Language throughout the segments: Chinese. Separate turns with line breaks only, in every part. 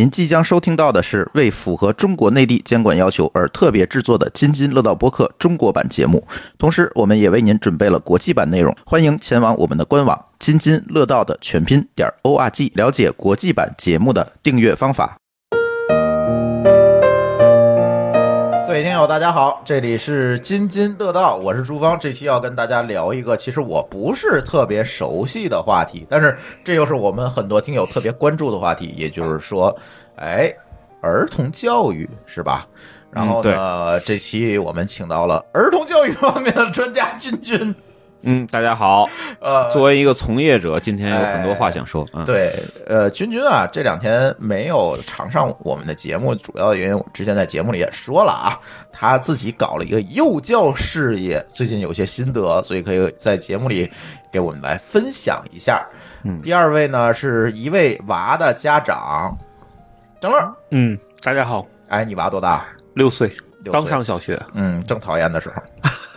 您即将收听到的是为符合中国内地监管要求而特别制作的《津津乐道》播客中国版节目，同时我们也为您准备了国际版内容，欢迎前往我们的官网津津乐道的全拼点儿 org 了解国际版节目的订阅方法。各位听友，大家好，这里是津津乐道，我是朱芳。这期要跟大家聊一个其实我不是特别熟悉的话题，但是这又是我们很多听友特别关注的话题，也就是说，哎，儿童教育是吧？然后呢，这期我们请到了儿童教育方面的专家君君，
嗯，大家好。
呃，
作为一个从业者，今天有很多话想说。嗯，，
对，呃，君君啊，这两天没有常上我们的节目，主要原因我之前在节目里也说了啊，他自己搞了一个幼教事业，最近有些心得，所以可以在节目里给我们来分享一下。嗯，第二位呢是一位娃的家长，张乐儿，
嗯，大家好，
哎，你娃多大？
六岁，
六岁
刚上小学。
嗯，正讨厌的时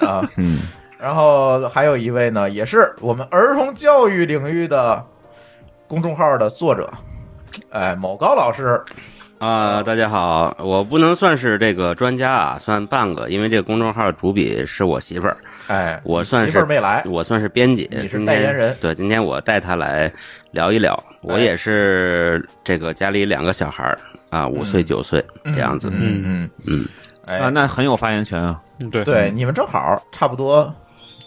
候啊。嗯，然后还有一位呢，也是我们儿童教育领域的公众号的作者，哎，某高老师。
啊、大家好，我不能算是这个专家啊，算半个，因为这个公众号主笔是我媳妇儿，
哎，
我算
媳
是
妇儿没来，
我算是编辑，
你是
今天
代言人哎
对，今天我带她来聊一聊，我也是这个家里两个小孩儿啊，五岁九岁这样子，
嗯嗯
嗯，
哎，
啊，那很有发言权啊。
嗯，对，
对，你们正好差不多，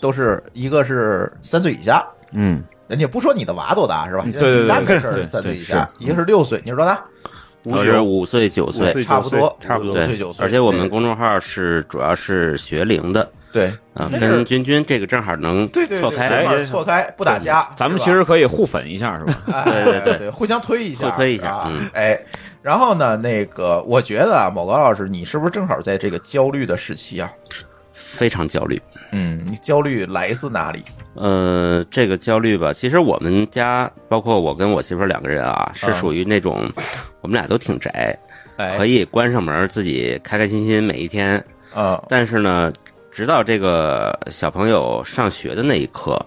都是一个是三岁以下，
嗯，
人家不说你的娃多大是吧？
对对对
大概是
对
三岁以
对
下，一个是六岁，你是多大？嗯
我是五岁九
五岁
岁，
差不多
差不多。
五岁
对
九，岁
而且我
对
们公众号是主要是学龄的
对
啊，
那是
跟君君这个正好能
对对，
错
对
开，
正好
哎
错开不打架，
咱们
是
其
吧
实可以互粉一下，是吧？
哎
对对对
对，互相推一下，
互推一下
啊
嗯
哎，然后呢，那个我觉得啊，某高老师，你是不是正好在这个焦虑的时期啊？
非常焦虑。
嗯，你焦虑来自哪里？
呃，这个焦虑吧，其实我们家包括我跟我媳妇儿两个人啊，是
嗯
属于那种、我们俩都挺宅，
哎，
可
以，
以关上门儿自己开开心心每一天。
嗯
但是呢，直到这个小朋友上学的那一刻，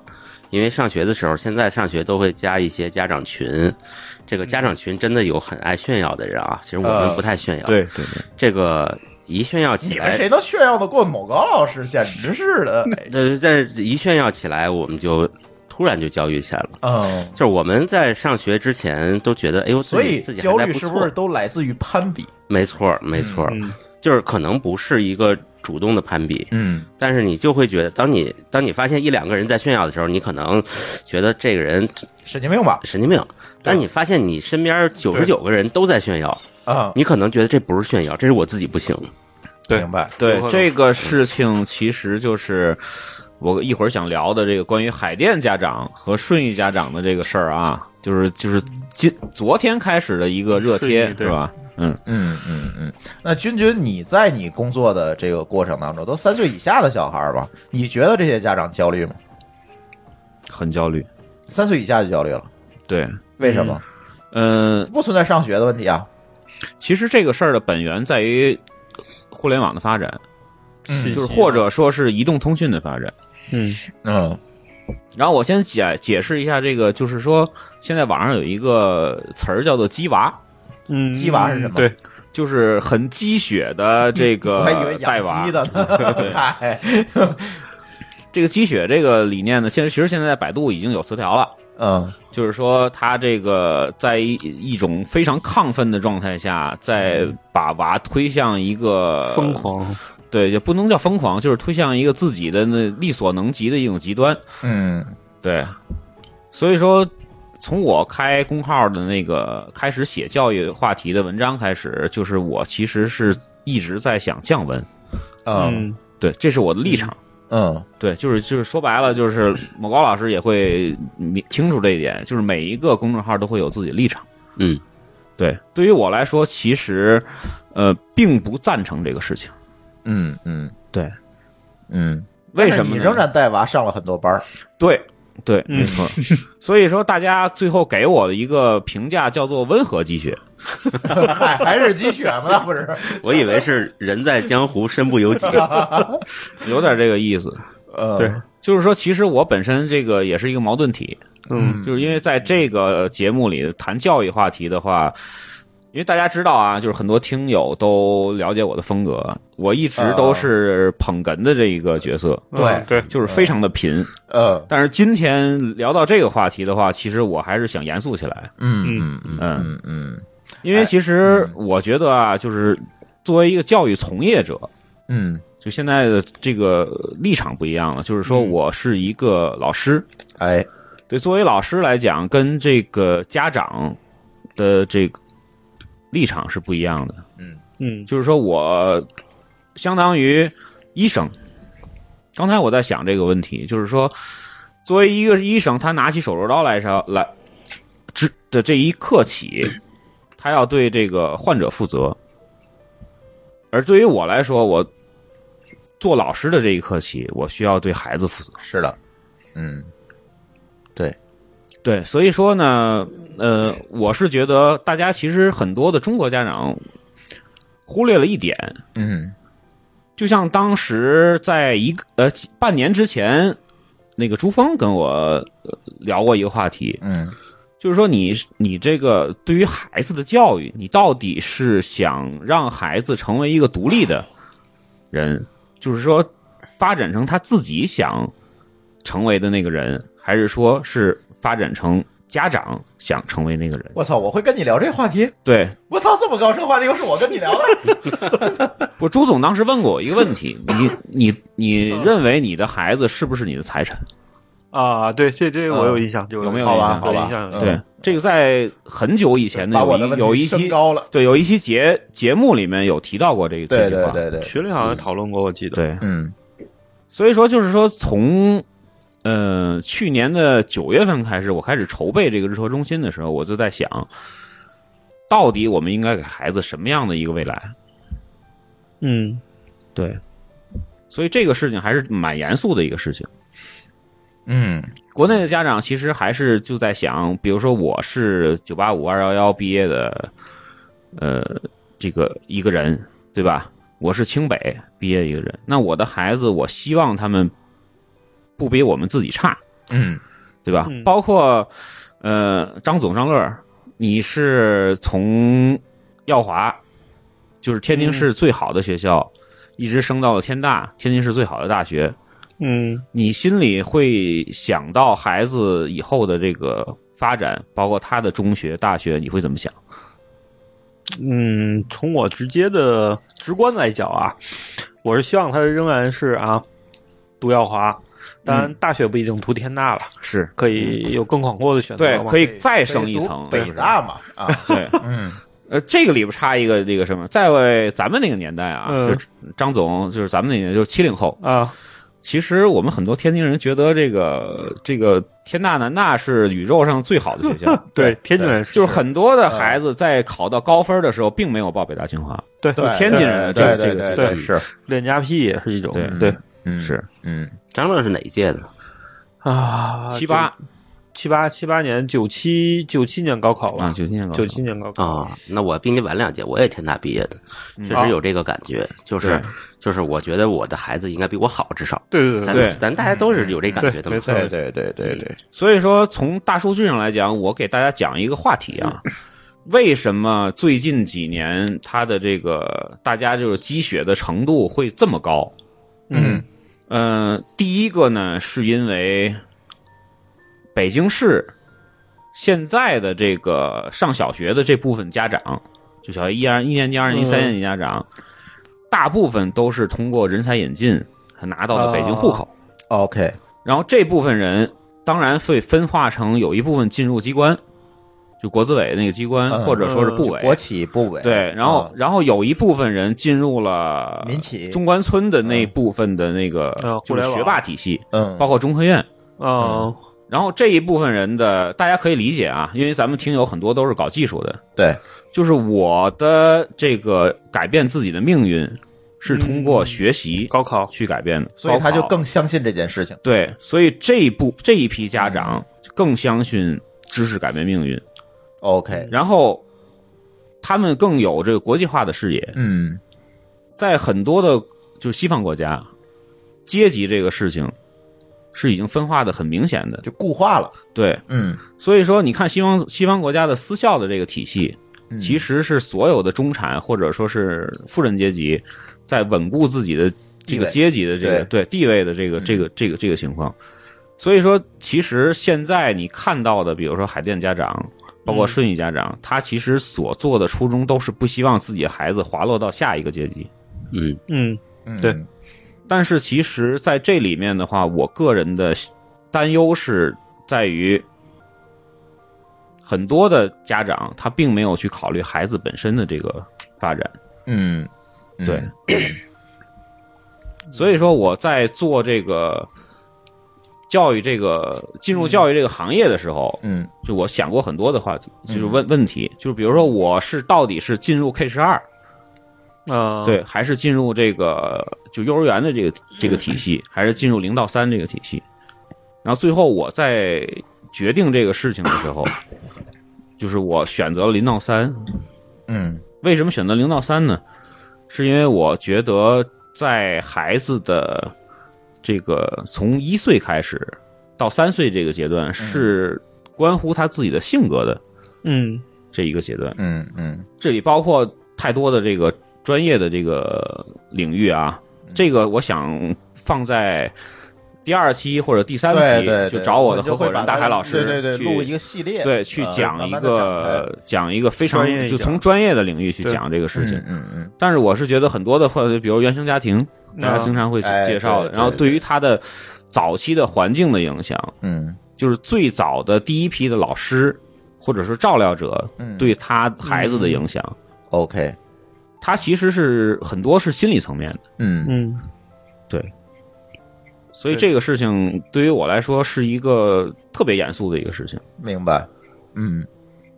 因为上学的时候，现在上学都会加一些家长群，这个
嗯
家长群真的有很爱炫耀的人啊，其实我
呃
们不太炫耀。
对对对，
这个一炫耀起
你们
来，
哎谁能炫耀的过某高老师？简直是 的，哎
呃，但是一炫耀起来，我们就突然就焦虑起来了。
嗯，
就是我们在上学之前都觉得，哎呦，自
所
己
以
自己
焦
还在
虑
不
是
错，
不是都来自于攀比？
没错，没错，
嗯
就是可能不是一个主动的攀比，
嗯，
但是你就会觉得，当你当你发现一两个人在炫耀的时候，你可能觉得这个人
神经病吧？
神经病，但是你发现你身边九十九个人都在炫耀，
啊，
你可能觉得这不是炫耀，这是我自己不行。
对
明白。
对
符合了
这个事情其实就是我一会儿想聊的这个关于海淀家长和顺义家长的这个事儿啊，就是就是今昨天开始的一个热
顺
贴
义，对
是吧？嗯，
嗯嗯嗯。那君君，你在你工作的这个过程当中，都三岁以下的小孩儿吧？你觉得这些家长焦虑吗？
很焦虑。
三岁以下就焦虑了，
对，
为什么？
嗯，
不存在上学的问题啊。
其实这个事儿的本源在于互联网的发展，
嗯
就是或者说是移动通讯的发展。
嗯，
嗯
然后我先解解释一下这个，就是说现在网上有一个词儿叫做“鸡娃
嗯，
鸡娃是什么
对，”，
就是很鸡血的这
我
个
还以为
带
养
娃
鸡。的呢。
对
嗨，
这个鸡血这个理念呢，现在其实现在在百度已经有词条了。
嗯
就是说，他这个在一一种非常亢奋的状态下，在把娃推向一个
疯狂，
对，也不能叫疯狂，就是推向一个自己的那力所能及的一种极端。
嗯
对，所以说，从我开公号的那个开始写教育话题的文章开始，就是我其实是一直在想降温。
嗯
嗯，
对，这是我的立场。
嗯
对，就是就是说白了，就是某高老师也会明清楚这一点，就是每一个公众号都会有自己的立场。
嗯，
对，对于我来说，其实，呃，并不赞成这个事情。
嗯嗯
对，
嗯。
为
但
什么
是你
呢
仍然带娃上了很多班儿？
对，对，
嗯
没错。所以说，大家最后给我的一个评价叫做温和鸡血。
嗨，还是鸡血吗？那不是？
我以为是人在江湖身不 由己，
有点这个意思。
呃，
对，
就是说，其实我本身这个也是一个矛盾体，
嗯，
就是因为在这个节目里谈教育话题的话，因为大家知道啊，就是很多听友都了解我的风格，我一直都是捧哏的这一个角色，
对
嗯对，
就是非常的贫。
呃，
但是今天聊到这个话题的话，其实我还是想严肃起来，
嗯嗯嗯嗯
因为其实我觉得啊，就是作为一个教育从业者，
嗯，
就现在的这个立场不一样了，就是说我是一个老师，
哎，
对，作为老师来讲，跟这个家长的这个立场是不一样的。
嗯
就是说我相当于医生。刚才我在想这个问题，就是说，作为一个医生，他拿起手术刀来上来之的这一刻起，他要对这个患者负责。而对于我来说，我做老师的这一刻起，我需要对孩子负责。
是的，嗯，对，
对，所以说呢，呃，我是觉得大家其实很多的中国家长忽略了一点，
嗯
就像当时在一个呃几半年之前，那个朱峰跟我呃聊过一个话题，
嗯
就是说你你这个对于孩子的教育，你到底是想让孩子成为一个独立的人，就是说发展成他自己想成为的那个人，还是说是发展成家长想成为那个人？
我操，我会跟你聊这话题，
对，
我操，这么高深话题又是我跟你聊的，
不，朱总当时问过我一个问题， 你你你认为你的孩子是不是你的财产？
啊，对，这这我有印象，就
有没有
好吧
印象
好吧
印象，有
嗯
对，这个在很久以前的
把我
有
的
一
问
有
题
一
升
期
高了，
对有一期节节目里面有提到过这个
对
这句
对
话，
对对，
群里好像讨论过，我记得。，
对，
嗯
所以说就是说从呃去年的九月份开始，我开始筹备这个日托中心的时候，我就在想，到底我们应该给孩子什么样的一个未来？
嗯
对，所以这个事情还是蛮严肃的一个事情。
嗯
国内的家长其实还是就在想，比如说我是九八五二幺幺毕业的，呃，这个一个人，对吧？我是清北毕业一个人，那我的孩子，我希望他们不比我们自己差，
嗯
对吧？
嗯
包括呃，张总张乐，你是从耀华，就是天津市最好的学校，一直升到了天大，天津市最好的大学，
嗯
你心里会想到孩子以后的这个发展，包括他的中学、大学，你会怎么想？
嗯，从我直接的直观来讲啊，我是希望他仍然是啊读耀华，当然大学不一定读天大了，
是
可以有更广阔的选择
对
嘛。，
可以再升一层。
北大嘛啊，
对，
嗯
呃，这个里边插一个这个什么，在为咱们那个年代啊，
嗯
就是张总，就是咱们那年代就是七零后，
啊，
其实我们很多天津人觉得这个这个天大南大是宇宙上最好的学 校，
对
对，
天津人
就是很多的孩子在考到高分的时候，并没有报北大清华。
对
对，
天津人
对
这个
对
这个
对
这
个
是，
恋家癖也是一种
对
对
嗯
是
嗯
张乐是哪一届的？
啊，
七八
七八七八年九七九七年高考
啊，
吧，
九七年
九七年高考
哦，那我比你晚两届，我也天大毕业的，
嗯
确
啊
实有这个感觉，就是
对
就是我觉得我的孩子应该比我好，至少
对对对
咱
对
咱大家都是有这感觉的嘛
嗯嗯嗯。
对对对对对，
所以说，从大数据上来讲，我给大家讲一个话题啊，
嗯
为什么最近几年它的这个大家就是积雪的程度会这么高？
嗯
嗯，第一个呢，是因为北京市现在的这个上小学的这部分家长，就小学一二一年级、二年
嗯
级、三年级家长，大部分都是通过人才引进拿到
哦
的北京户口。
，OK，
然后这部分人当然会分化成有一部分进入机关，就国资委那个机关，
嗯
或者说是部委。
国企部委
对，然后、然后有一部分人进入了
啊民企哦
中关村的那部分的那个
嗯呃互
就是
联网
学霸体系，
嗯
包括中科院。
嗯
然后这一部分人的，大家可以理解啊，因为咱们听友很多都是搞技术的，
对，
就是我的这个改变自己的命运是通过学习
高考
去改变的，
嗯所以他就
高考
更相信这件事情。
对，所以这一部这一批家长更相信知识改变命运，
OK，
然后他们更有这个国际化的视野，
嗯
在很多的就是西方国家，阶级这个事情是已经分化的很明显的，
就固化了。
对，
嗯
所以说你看西方西方国家的私校的这个体系，
嗯
其实是所有的中产或者说是富人阶级在稳固自己的
地
这个
位嗯
阶级的这个对地位的这个这个这个这个情况。所以说，其实现在你看到的，比如说海淀家长，包
嗯
括顺义家长，他其实所做的初衷都是不希望自己的孩子滑落到下一个阶级。
嗯，
嗯
嗯
对
但是其实在这里面的话，我个人的担忧是在于，很多的家长他并没有去考虑孩子本身的这个发展。
嗯，嗯
对，所以说我在做这个教育这个进入教育这个行业的时候，
嗯
就我想过很多的话题，就是问问题，就是比如说我是到底是进入 K 十二，
啊，
对，还是进入这个就幼儿园的这个这个体系，还是进入零到三这个体系。然后最后我在决定这个事情的时候，就是我选择了零到三。
嗯
为什么选择零到三呢？是因为我觉得在孩子的这个从一岁开始到三岁这个阶段，是关乎他自己的性格的
嗯
这一个阶段。
嗯嗯
这里包括太多的这个专业的这个领域啊，
嗯
这个我想放在第二期或者第三期，
对对，
就
对
找我的
们就
合伙
会把
人大
它
海老师去，
对对对，录一个系列，
对去
呃
讲
慢
一
慢地
个、讲一个非常
专业一
就
点
从专业的领域去讲这个
展
事
开
情。
嗯嗯嗯，
但是我是觉得很多的，或者比如原生家庭，大家经常会
哎
介绍的。
对
然后
对
对于他的早期的环境的影响，
嗯
就是最早的第一批的老师或者是照料者
嗯
对他孩子的影响，
，OK，
他其实是很多是心理层面的。
嗯
嗯
所以
对
这个事情对于我来说是一个特别严肃的一个事情。
明白，嗯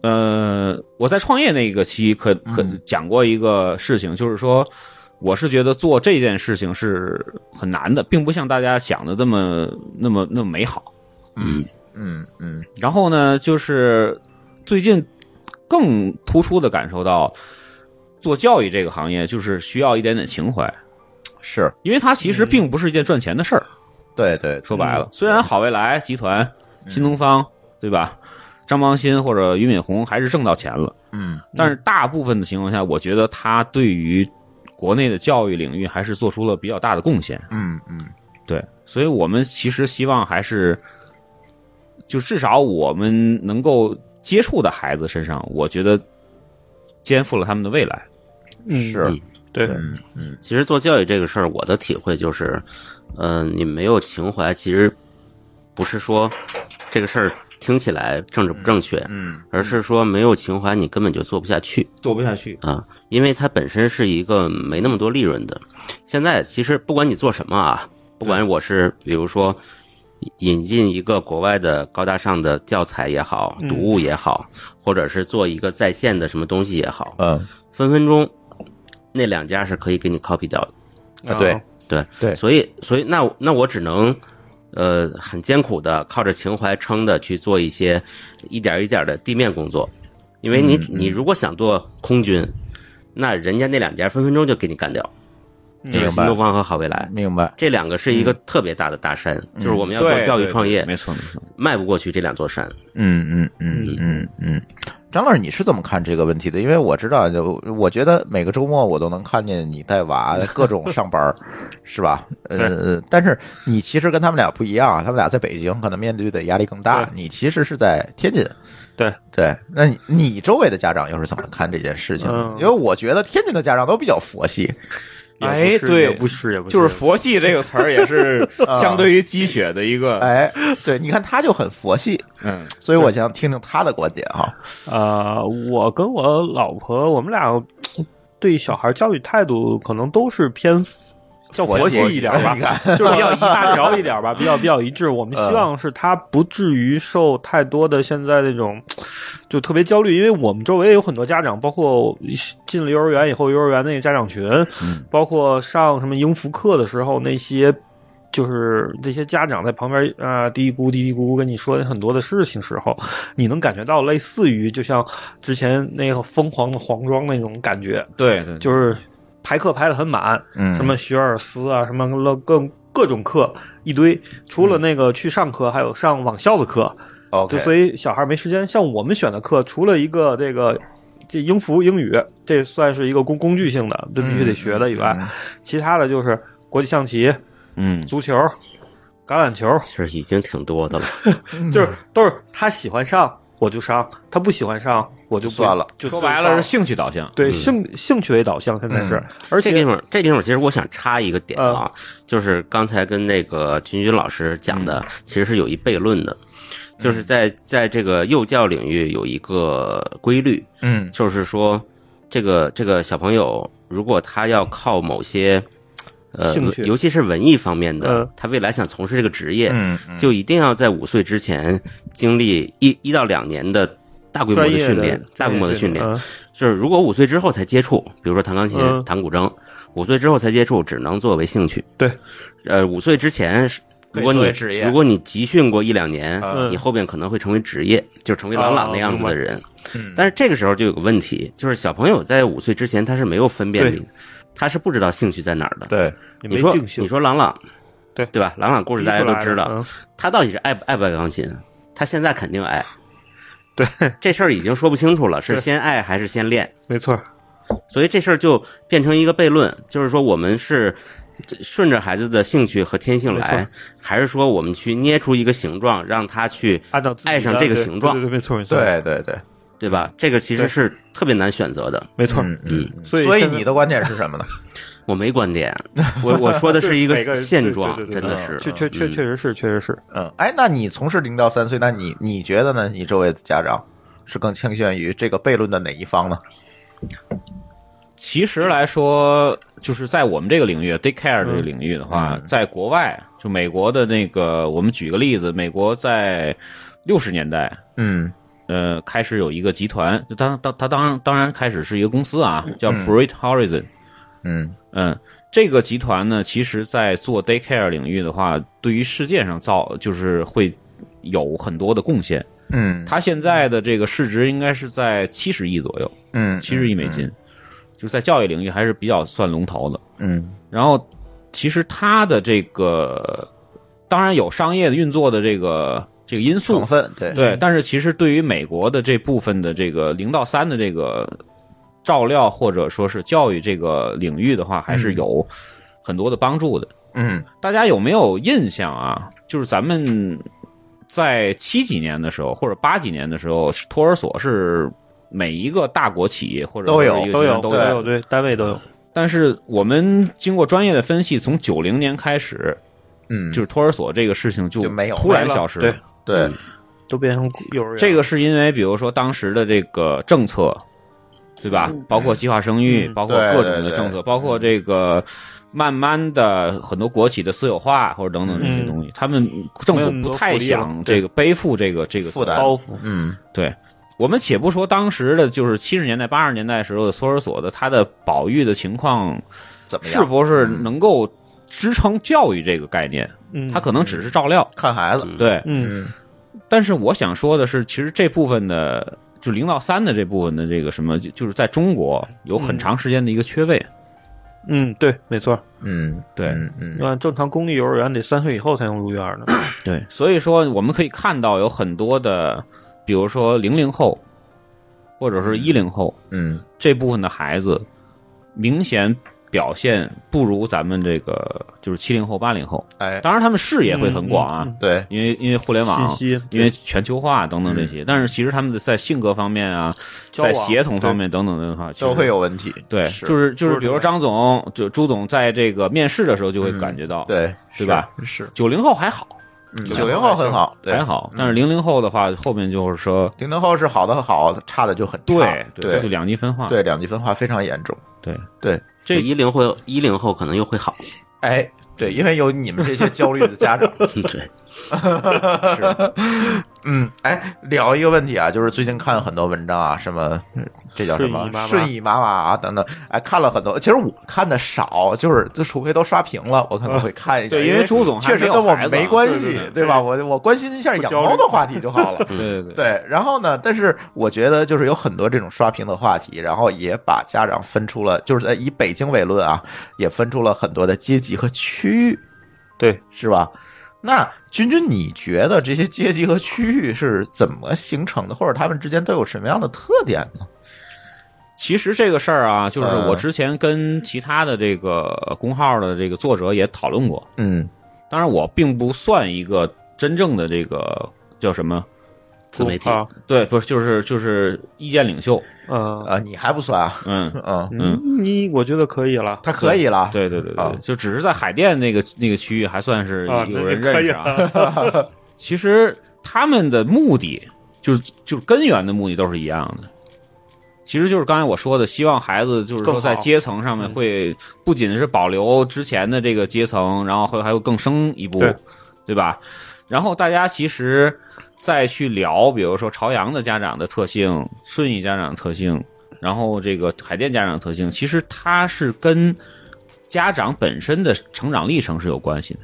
呃，我在创业那个期可可
嗯
讲过一个事情，就是说，我是觉得做这件事情是很难的，并不像大家想的这么那么那么美好。
嗯嗯嗯
然后呢，就是最近更突出的感受到，做教育这个行业就是需要一点点情怀，
是
因为它其实并不是一件赚钱的事儿。
对对，
说白了，虽然好未来集团、新东方，对吧？张邦鑫或者俞敏洪还是挣到钱了，
嗯
但是大部分的情况下，我觉得他对于国内的教育领域还是做出了比较大的贡献。
嗯嗯
对，所以我们其实希望还是，就至少我们能够接触的孩子身上，我觉得肩负了他们的未来。
嗯
是，
对，
嗯嗯
其实做教育这个事儿，我的体会就是，嗯、你没有情怀，其实不是说这个事儿听起来政治不正确，
嗯
而是说没有情怀，你根本就做不下去。
做不下去，
啊，因为它本身是一个没那么多利润的。现在其实不管你做什么啊，不管我是比如说引进一个国外的高大上的教材也好，读物也好，或者是做一个在线的什么东西也好，
嗯
分分钟那两家是可以给你 copy 掉的。
啊对
啊
对
对
所以所以那我那我只能。呃，很艰苦的，靠着情怀撑的去做一些一点一点的地面工作，因为
嗯
你、你如果想做空军，那人家那两家分分钟就给你干掉，就是
嗯明白
新东方和好未来，
嗯明白，
这两个是一个特别大的大山，
嗯
就是我们要做教育创业，
没错没错。
迈不过去这两座山。
嗯嗯嗯嗯嗯。张老师，你是怎么看这个问题的？因为我知道，就我觉得每个周末我都能看见你带娃各种上班 儿，是吧？呃，但是你其实跟他们俩不一样，他们俩在北京，可能面对的压力更大。
对
你其实是在天津。
对
对，那你你周围的家长又是怎么看这件事情的？
嗯
因为我觉得天津的家长都比较佛系，
哎
也不是
对
也不是，也不
就是佛系这个词儿也 是相对于鸡血的一个，
哎，对，你看他就很佛系，
嗯，
所以我想听听他的观点哈。
呃，我跟我老婆，我们俩对小孩教育态度可能都是偏叫
佛
佛
系
系一点吧
你，看，
就是比较一大条一点吧，比较比较一致。我们希望是他不至于受太多的现在那种就特别焦虑，因为我们周围有很多家长，包括进了幼儿园以后，幼儿园那个家长群，包括上什么英福课的时候那些。就是这些家长在旁边啊、嘀咕嘀嘀咕咕跟你说很多的事情时候，你能感觉到类似于就像之前那个疯狂的黄庄那种感觉，
对对，
就是排课排得很满，
嗯
什么学而思啊，什么了各各种课一堆，除了那个去上课，还有上网校的课，
嗯 OK，
就所以小孩没时间。像我们选的课，除了一个这个。这英孚英语这算是一个工工具性的，这必
嗯
须得学的以外，其他的就是国际象棋、
嗯，
足球、橄榄球，
其实已经挺多的了。
嗯
就是都是他喜欢上我就上，他不喜欢上我就不
算了
就
说白了是
是
兴趣导向，
对
嗯
兴兴趣为导向，现在是
嗯，
而
这
且嗯
地方，这地方其实我想插一个点啊，就是刚才跟那个君君老师讲的，其实是有一悖论的，就是在
嗯
在这个幼教领域有一个规律，
嗯
就是说，这个这个小朋友如果他要靠某些，呃
兴，趣
尤其是文艺方面的
嗯，
他未来想从事这个职业，
嗯，嗯
就一定要在五岁之前经历一一到两年的大规模
专
的
业
训练，大规模的
的
训练。
嗯
就是如果五岁之后才接触，比如说弹钢琴、
嗯
弹古筝，五岁之后才接触，只能作为兴趣。
对，
呃，五岁之前是，
可以
如果
作
你
为职业
如果你集训过一两年，
嗯
你后边可能会成为职业，就成为朗
哦
朗那样子的人。
嗯
但是这个时候就有个问题，就是小朋友在五岁之前他是没有分辨力的，他是不知道兴趣在哪儿的。
对，
也
你
没
说
定性
你，说朗朗，
对
对吧？朗朗故事大家都知道，
嗯
他到底是爱不爱不爱钢琴？他现在肯定爱。
对，
这事儿已经说不清楚了，是
对
先爱还是先练？
没错，
所以这事儿就变成一个悖论，就是说我们是顺着孩子的兴趣和天性
没
来，还是说我们去捏出一个形状，让他去，
按照自己的
爱上这个形状
对对对，没错没错，
对对嗯对，
对吧？这个其实
对
是特别难选择的。
没错，
嗯
嗯
嗯，
所以
所以
现在
你的观点是什么呢？
我没观点，我我说的是一
每个
个
人
现状
对，对对
真
对
的
对
是
确确确
嗯
确实是确实是，
嗯，哎，那你从事零到三岁，那你你觉得呢？你周围的家长是更倾向于这个悖论的哪一方呢？
其实来说，就是在我们这个领域 daycare 这个领域的话，
嗯
在国外，就美国的那个，我们举一个例子，美国在六十年代，
嗯
呃，开始有一个集团，就当当它当然当然开始是一个公司啊，叫 Bright Horizon，
嗯
嗯。这个集团呢，其实，在做 daycare 领域的话，对于世界上造就是会有很多的贡献。
嗯
它现在的这个市值应该是在七十亿左右，
嗯，
七十亿美金，就是在教育领域还是比较算龙头的。
嗯
然后其实它的这个当然有商业的运作的这个这个因素
成，分对
对，但是其实对于美国的这部分的这个零到三的这个照料或者说是教育这个领域的话，还是有很多的帮助的。
嗯
大家有没有印象啊？就是咱们在七几年的时候，或者八几年的时候，托儿所是每一个大国企业或者
都有
一个集
都
团
有
都
对
有对单位都有，
但是我们经过专业的分析，从九零年开始，
嗯，
就是托儿所这个事情就
就没有
突然
没了
消失
对，
对
都变成幼儿园
这个是因为比如说当时的这个政策，对吧？包括计划生育，
嗯
包括
对
各
嗯
种
对
的
对嗯
政策，包括这个慢慢的很多国企的私有化或者等等这些
嗯
东西，他们政
没有那
府
么
不
多
太
福利
想
了
这个背负这个这个
负担
包袱，
嗯
对。我们且不说当时的，就是七十年代、八十年代时候的托儿所的，它的保育的情况
怎么样？嗯
是否是能够支撑教育这个概念？
嗯，
它可能只是照料，
看孩子？
嗯
对。
嗯
嗯
但是我想说的是，其实这部分的就零到三的这部分的这个什么，就就是在中国有很长时间的一个缺位。
嗯对，没错，
嗯
对
嗯嗯
那正常公立幼儿园得三岁以后才能入园呢，
对，所以说我们可以看到有很多的，比如说零零后，或者是一零后
嗯
这部分的孩子，明显表现不如咱们这个就是七零后、八零后。
哎
当然，他们视野会很广啊，
嗯
对
因为因为互联网
信息
因为全球化等等这些，但是其实他们的在性格方面啊，
嗯交往
在协同方面等等的话，其实
都会。有问题
对，
是
就是就是，
都是
比如说
这
张总，就朱总在这个面试的时候就会
嗯
感觉到，
对
对吧？
是
九零后还好，
九零后很好对嗯
还好，但是零零后的话，后面就是说，
零零后是好的好，差的就很差
对就
对
两极分化，
对两极分化非常严重
对
对
这
一零后一零后可能又会 好，
哎对，因为有你们这些焦虑的家 长，
对，
嗯，哎，聊一个问题啊，就是最近看很多文章啊，什么嗯这叫什么
顺意妈妈
顺意妈妈啊等等，哎，看了很多。其实我看的少，就是就除非都刷屏了，我可能会看一下。
对
因
因为朱总还
确实跟我
没有孩子啊
没关系，
对对对
吧？我我关心一下养
焦虑
猫的话题就好了。
对对对
对，然后呢？但是我觉得就是有很多这种刷屏的话题，然后也把家长分出了，就是在以北京为论啊，也分出了很多的阶级和区域，
对，
是吧？那君君，你觉得这些阶级和区域是怎么形成的，或者他们之间都有什么样的特点呢？
其实这个事儿啊，就是
嗯
我之前跟其他的这个公号的这个作者也讨论过。
嗯
当然，我并不算一个真正的这个叫什么，
自媒体
啊
对，不是，就是就是意见领袖。
嗯
啊，你还不算啊，
嗯，
嗯，
嗯
你我觉得可以了。
他可以了，
对对对
啊
对，就只是在海淀那个那个区域还算是
啊，
有
那
人
就可
认
以
识
了
啊。 其实他们的目的，就是就是根源的目的都是一样的。其实就是刚才我说的，希望孩子就是说
更好嗯
在阶层上面会不仅是保留之前的这个阶层，然后会还会更升一步，
对
对吧？然后大家其实再去聊，比如说朝阳的家长的特性、顺义家长的特性，然后这个海淀家长的特性，其实它是跟家长本身的成长历程是有关系的。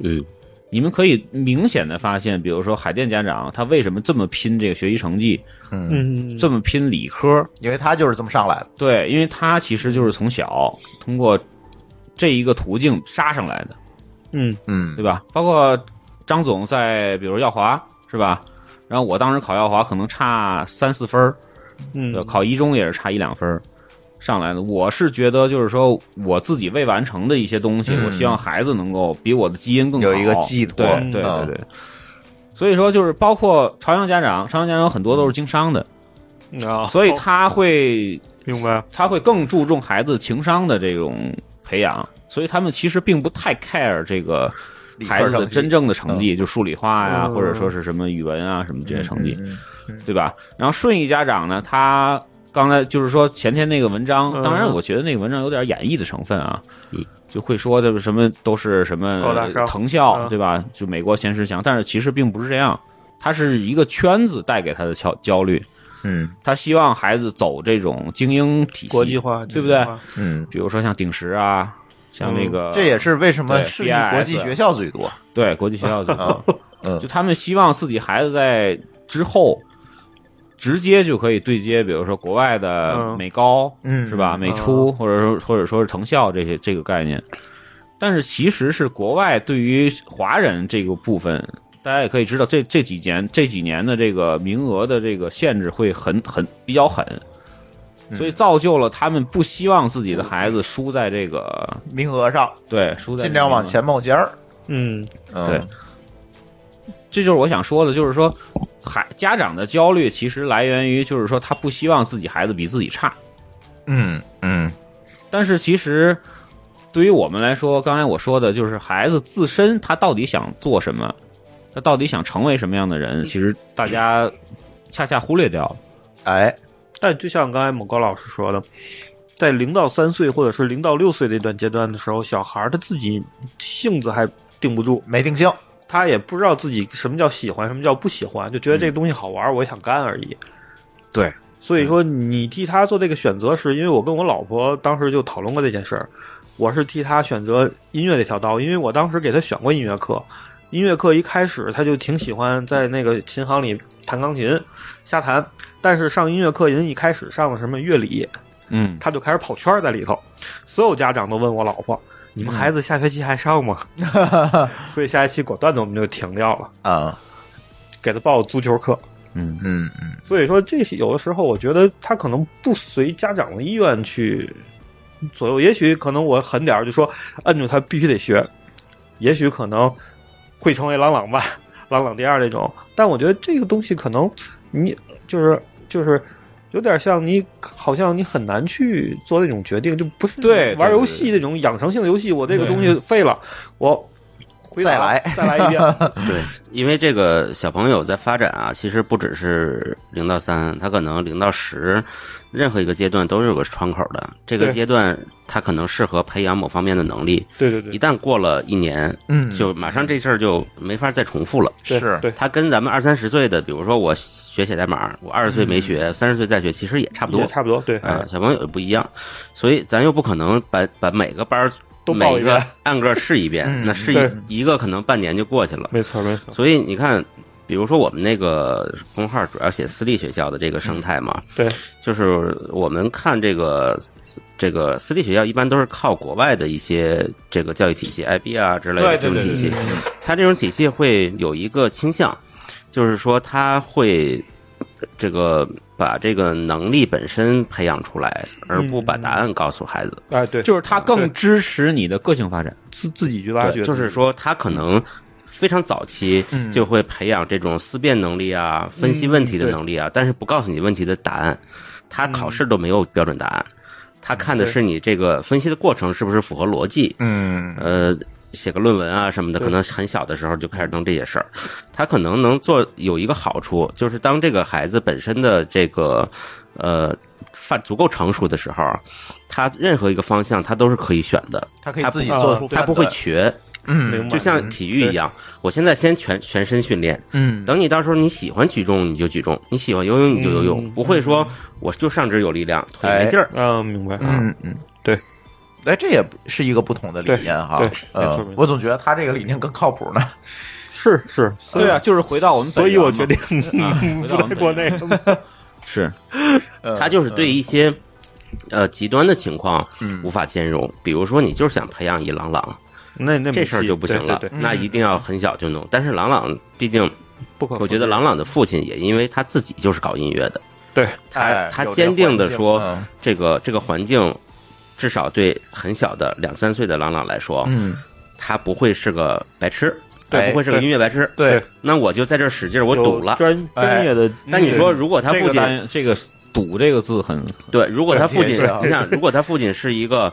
嗯，
你们可以明显的发现，比如说海淀家长他为什么这么拼这个学习成绩，
嗯，
嗯，
这么拼理科？
因为他就是这么上来的，
对，因为他其实就是从小通过这一个途径杀上来的，
嗯
嗯
对吧？包括张总在，比如耀华是吧？然后我当时考耀华可能差三四分儿
嗯
呃，考一中也是差一两分儿上来的。我是觉得就是说我自己未完成的一些东西，
嗯
我希望孩子能够比我的基因更好，
有一个寄托
对对对
嗯
对。所以说，就是包括朝阳家长，朝阳家长有很多都是经商的，
啊，
所以
哦
他会
明白
他会更注重孩子情商的这种培养，所以他们其实并不太 care 这个
理科
孩子的
成绩
真正的成绩，就数理化呀，
嗯
或者说是什么语文啊什么这些成绩。
嗯，嗯
对吧？然后顺义家长呢，他刚才就是说前天那个文章，
嗯
当然我觉得那个文章有点演绎的成分啊
嗯，
就会说这个什么都是什么
高大上
藤校，
嗯
对吧？就美国前十强，但是其实并不是这样，它是一个圈子带给他的焦焦虑，
嗯
他希望孩子走这种精英体系，
国际化，
对不对
国际化
嗯，
比如说像顶石啊，像那个
这也是为什么
对
是国际
BIS
学校最多
对国际学校组织
啊，
就他们希望自己孩子在之后直接就可以对接，比如说国外的
嗯
美高，
嗯
是吧？美出，或者说或者说是藤校这些这个概念，但是其实是国外对于华人这个部分，大家也可以知道，这这几年这几年的这个名额的这个限制会很很比较狠。
嗯
所以造就了他们不希望自己的孩子输在这个
嗯名额上，
对输在
尽量往
前。
前冒尖儿，
嗯
嗯
对这就是我想说的，就是说，孩家长的焦虑其实来源于，就是说他不希望自己孩子比自己差。
嗯嗯
但是其实，对于我们来说，刚才我说的就是孩子自身他到底想做什么，他到底想成为什么样的人，其实大家恰恰忽略掉了。
哎，
但就像刚才某高老师说的，在零到三岁或者是零到六岁这段阶段的时候，小孩儿他自己性子还定不住，
没定性，
他也不知道自己什么叫喜欢，什么叫不喜欢，就觉得这个东西好玩，我想干而已。
嗯对，
所以说你替他做这个选择时，因为我跟我老婆当时就讨论过这件事儿，我是替他选择音乐这条道，因为我当时给他选过音乐课。音乐课一开始他就挺喜欢在那个琴行里弹钢琴，瞎弹。但是上音乐课人一开始上了什么乐理，
嗯，
他就开始跑圈儿在里头。所有家长都问我老婆：“你们孩子下学期还上吗？”所以下学期果断的我们就停掉了，
啊，
给他报足球课。
嗯嗯
所以说，这些有的时候我觉得他可能不随家长的意愿去左右，也许可能我狠点儿就说摁住他必须得学，也许可能会成为朗朗吧，朗朗第二这种。但我觉得这个东西可能你就是就是有点像你，好像你很难去做那种决定，就不是
对
玩
对
游戏这种养成性的游戏，我这个东西废了，我回答
再来
再来一遍，
对，因为这个小朋友在发展啊，其实不只是零到三，他可能零到十，任何一个阶段都是有个窗口的。这个
对
阶段他可能适合培养某方面的能力，
对对
一
对，
旦过了一年，
嗯，
就马上这事儿就没法再重复了。
对
是
对，
他跟咱们二三十岁的，比如说我学写代码，我二十岁没学，三十岁再学，其实也差不多
嗯也。差不多对，
啊，小朋友也不一样，所以咱又不可能把把每个班儿
都报
每
一
一个
遍
按个试一遍，
嗯
那试
对
一一个可能半年就过去了。
没错没错，
所以你看，比如说我们那个公号主要写私立学校的这个生态
嗯
嘛，
对，
就是我们看这个这个私立学校一般都是靠国外的一些这个教育体系，IB 啊之类的
对
这
对
种
对
体
对
系
对，，
它这种体系会有一个倾向，就是说它会这个把这个能力本身培养出来，而不把答案告诉孩子。
哎，对，
就是他更支持你的个性发展。
自自己去挖掘，
就是说他可能非常早期
嗯
就会培养这种思辨能力啊、分析问题的能力啊，但是不告诉你问题的答案。他考
嗯
试都没有标准答案，他看的
对
是你这个分析的过程是不是符合逻辑。
嗯
呃，写个论文啊什么的，可能很小的时候就开始弄这些事儿。他可能能做有一个好处，就是当这个孩子本身的这个呃发足够成熟的时候，啊他任何一个方向他都是可以选的，
他可以
他
自己
不
做出
他
判
不会
断
瘸。
嗯
明白
就像体育一样，我现在先全全身训练，
嗯
等你到时候你喜欢举重你就举重，你喜欢游泳你就游泳，
嗯
不会说我就上肢有力量，腿
哎
没劲儿。
嗯，明白，
嗯嗯，
对。
哎，这也是一个不同的理念哈
对对。没错
呃
没，错
我总觉得他这个理念更靠谱呢。
是是，
对啊，就是回到我们本
所以
源嘛，啊
我决定
回
不
到我们
在
本
国
源
内，
是
嗯
他就是对一些呃极端的情况
嗯
无法兼容，比如说你就是想培养一朗朗，
那那没
这事儿
戏
就不
对
行了
对，对嗯
那一定要很小就弄。但是朗朗毕竟，
不可，
我觉得朗朗的父亲也因为他自己就是搞音乐的，
对
哎
他他
有这
坚定的
环境
说这个这个环境。至少对很小的两三岁的朗朗来说，
嗯，
他不会是个白痴，哎
对
他不会是个
对
音乐白痴。
对，
那我就在这儿使劲儿，我
有
赌了。
专
哎
专业的，嗯
但你说，如果他
这
父
个
亲
单这个“赌”这个字很
对，如果他父
对
亲，
也是啊
你想，如果他父亲是一个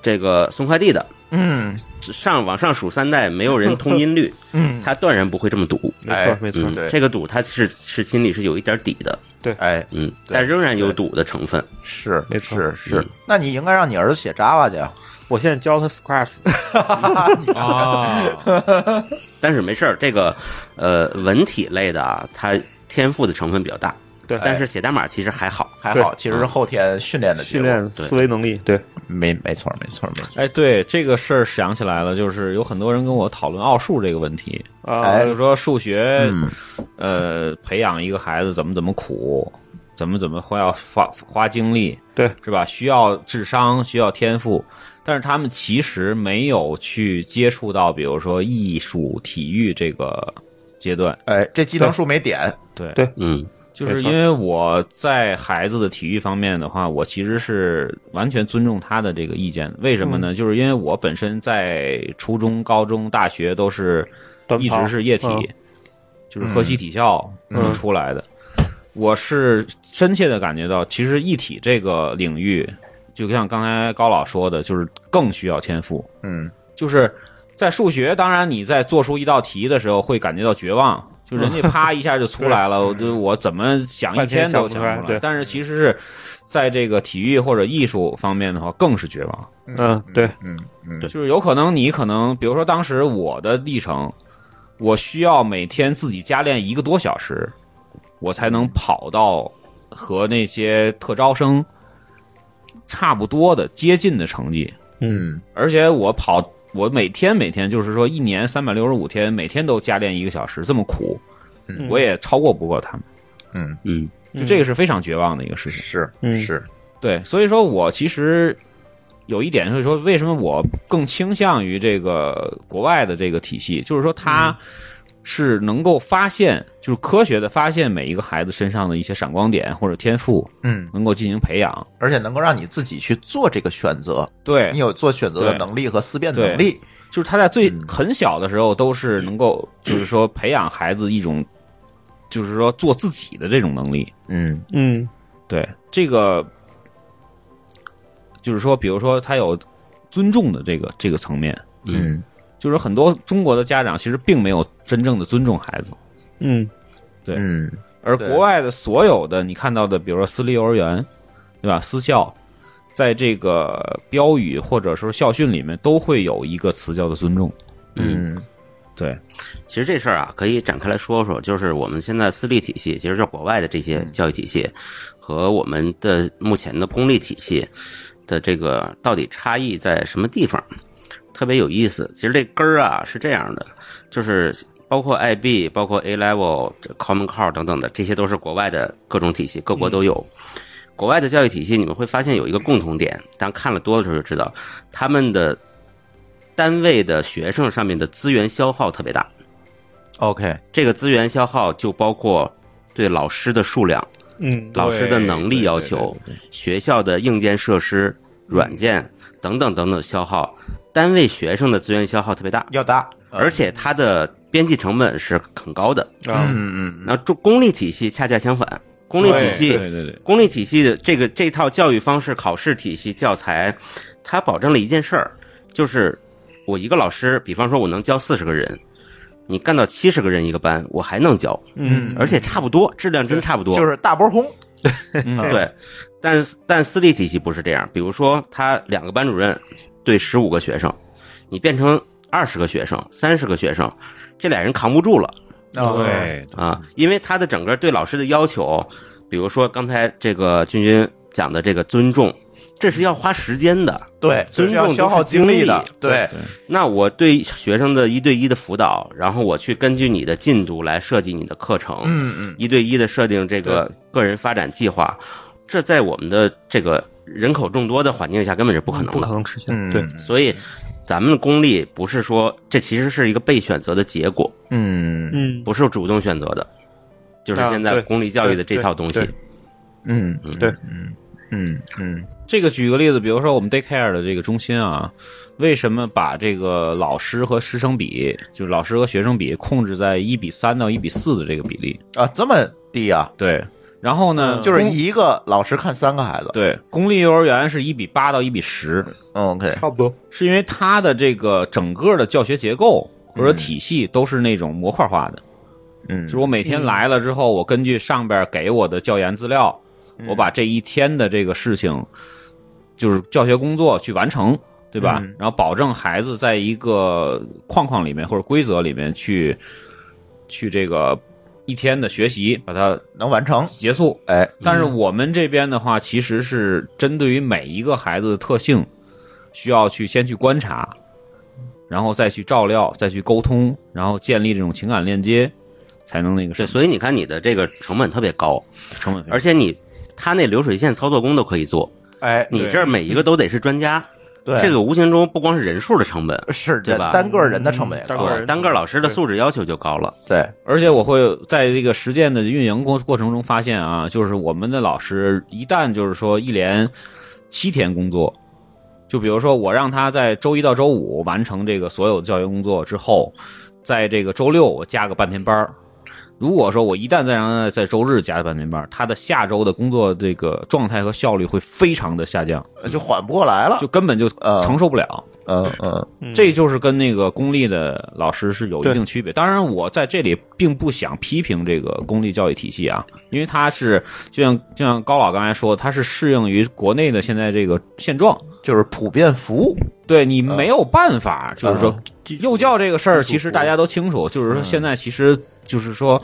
这个送快递的，
嗯
上往上数三代，没有人通音律，
嗯，
他断然不会这么赌。
没
哎
错没错
嗯，
对，
这个赌他是是心里是有一点底的，
哎，
嗯，
对
但仍然有赌的成分。
是
没错
是是
嗯，
那你应该让你儿子写 Java 去啊。
我现在教他 Scratch，
啊，
但是没事儿，这个呃文体类的啊，它天赋的成分比较大，
对，
但是写代码其实还好。
还好，其实是后天训
嗯
练的结
训
果
练
对
思维能力，对，
没没错没错没错。
哎，对这个事儿想起来了，就是有很多人跟我讨论奥数这个问题，
啊
哎，
就是说数学，
嗯
呃，培养一个孩子怎么怎么苦，怎么怎么花要花花精力，
对，
是吧？需要智商，需要天赋，但是他们其实没有去接触到，比如说艺术、体育这个阶段，
哎，这技能树没点，
对
对
嗯，
就是因为我在孩子的体育方面的话，我其实是完全尊重他的这个意见的。为什么
嗯
呢？就是因为我本身在初中、高中、大学都是
短跑
一直是业体，
嗯
就是河西体校
嗯
出来的。我是深切的感觉到，其实一体这个领域，就像刚才高老说的，就是更需要天赋。
嗯
就是在数学，当然你在做出一道题的时候会感觉到绝望，就人家啪一下就出来 了，我就我怎么想一嗯天都想
半天想
不
不
出
出
来
来。
但是其实是在这个体育或者艺术方面的话，更是绝望。
嗯，对，
嗯嗯，
就是有可能你可能，比如说当时我的历程，我需要每天自己加练一个多小时，我才能跑到和那些特招生差不多的接近的成绩。
嗯
而且我跑，我每天每天就是说一年三百六十五天，每天都加练一个小时，这么苦，
嗯
我也超过不过他们，
嗯
嗯，
就这个是非常绝望的一个事情。
是
嗯
是
对，所以说我其实有一点就是说，为什么我更倾向于这个国外的这个体系，就是说它是能够发现，就是科学的发现每一个孩子身上的一些闪光点或者天赋，
嗯，
能够进行培养。
而且能够让你自己去做这个选择，
对
你，有做选择的
对
能力和思辨能力。
就是他在最
嗯
很小的时候都是能够，就是说培养孩子一种，就是说做自己的这种能力。
嗯
嗯
对这个，就是说，比如说他有尊重的这个这个层面，
嗯
就是很多中国的家长其实并没有真正的尊重孩子，
嗯
对
嗯
而
对
国外的所有的你看到的，比如说私立幼儿园，对吧？私校，在这个标语或者说校训里面都会有一个词叫做尊重。
嗯
对，
其实这事儿啊，可以展开来说说，就是我们现在私立体系，其实就是国外的这些教育体系，和我们的目前的公立体系的这个到底差异在什么地方，特别有意思。其实这根儿啊是这样的，就是包括 IB、包括 A Level、这 Common Core 等等的，这些都是国外的各种体系，各国都有。国外的教育体系，你们会发现有一个共同点，当看了多的时候就知道，他们的单位的学生上面的资源消耗特别大。
，OK，
这个资源消耗就包括对老师的数量，
嗯，
老师的能力要
对
求、学校的硬件设施、软件等等等等消耗，单位学生的资源消耗特别
嗯
大，
要大，
而且它的边际成本是很高的。
啊，
嗯嗯嗯，
那中公立体系恰恰相反，公立体
对
系
对对对，
公立体系的这个这套教育方式、考试体系、教材，它保证了一件事儿，就是我一个老师，比方说我能教四十个人，你干到七十个人一个班，我还能教，
嗯
而且差不多，质量真差嗯不多。
就是大波轰，
嗯
对，但是但私立体系不是这样，比如说他两个班主任对十五个学生，你变成二十个学生、三十个学生，这俩人扛不住了。
啊
对，
啊，因为他的整个对老师的要求，比如说刚才这个君君讲的这个尊重，这是要花时间的。
对，这
尊
是
重
要
都是
消耗精力的
精力，
对，
那我对学生的一对一的辅导，然后我去根据你的进度来设计你的课程，
嗯嗯，
一对一的设定这个个人发展计划，这在我们的这个人口众多的环境下根本是不可能
不可
的。
能实现。
嗯
对，
所以，咱们的功利不是说这其实是一个被选择的结果，
嗯
嗯，
不是主动选择的，就是
啊
现在
对
公立教育的这
对
套东西
对。
嗯
嗯
对
嗯嗯嗯
这个举个例子，比如说我们 daycare 的这个中心啊，为什么把这个老师和师生比，就是老师和学生比控制在一比三到一比四的这个比例？
啊，这么低啊，
对，然后呢，
嗯
就是
公
一个老师看三个孩子
对公立幼儿园是一比八到一比十，
嗯，OK，
差不多。
是因为它的这个整个的教学结构或者体系都是那种模块化的，
嗯，
就是我每天来了之后，我根据上边给我的教研资料，
嗯
我把这一天的这个事情，就是教学工作去完成，对吧
嗯？
然后保证孩子在一个框框里面或者规则里面去去这个一天的学习把它
能完成，
结束。
哎，
但是我们这边的话，其实是针对于每一个孩子的特性，需要去先去观察，然后再去照料，再去沟通，然后建立这种情感链接，才能那个
对，
什么
所以你看你的这个成本特别高，
成本非常
而且你他那流水线操作工都可以做，
哎，
你这儿每一个都得是专 家，
对
这个无形中不光是人数的成本，
是
对
人
吧
单个人的成本也
单
高
个人
单个老师的素质要求就高了。
对，
而且我会在这个实践的运营过过程中发现啊，就是我们的老师一旦就是说一连七天工作，就比如说我让他在周一到周五完成这个所有的教学工作之后，在这个周六我加个半天班儿。如果说我一旦再让他在周日加半天班儿，他的下周的工作这个状态和效率会非常的下降，
就缓不过来了
嗯就，根本就
呃
承受不了。
嗯嗯
嗯
这就是跟那个公立的老师是有一定区别。当然，我在这里并不想批评这个公立教育体系啊，因为它是就像就像高老刚才说，它是适应于国内的现在这个现状。
就是普遍服务，
对你没有办法，就是说幼教这个事儿，其实大家都清楚，就是说现在其实就是说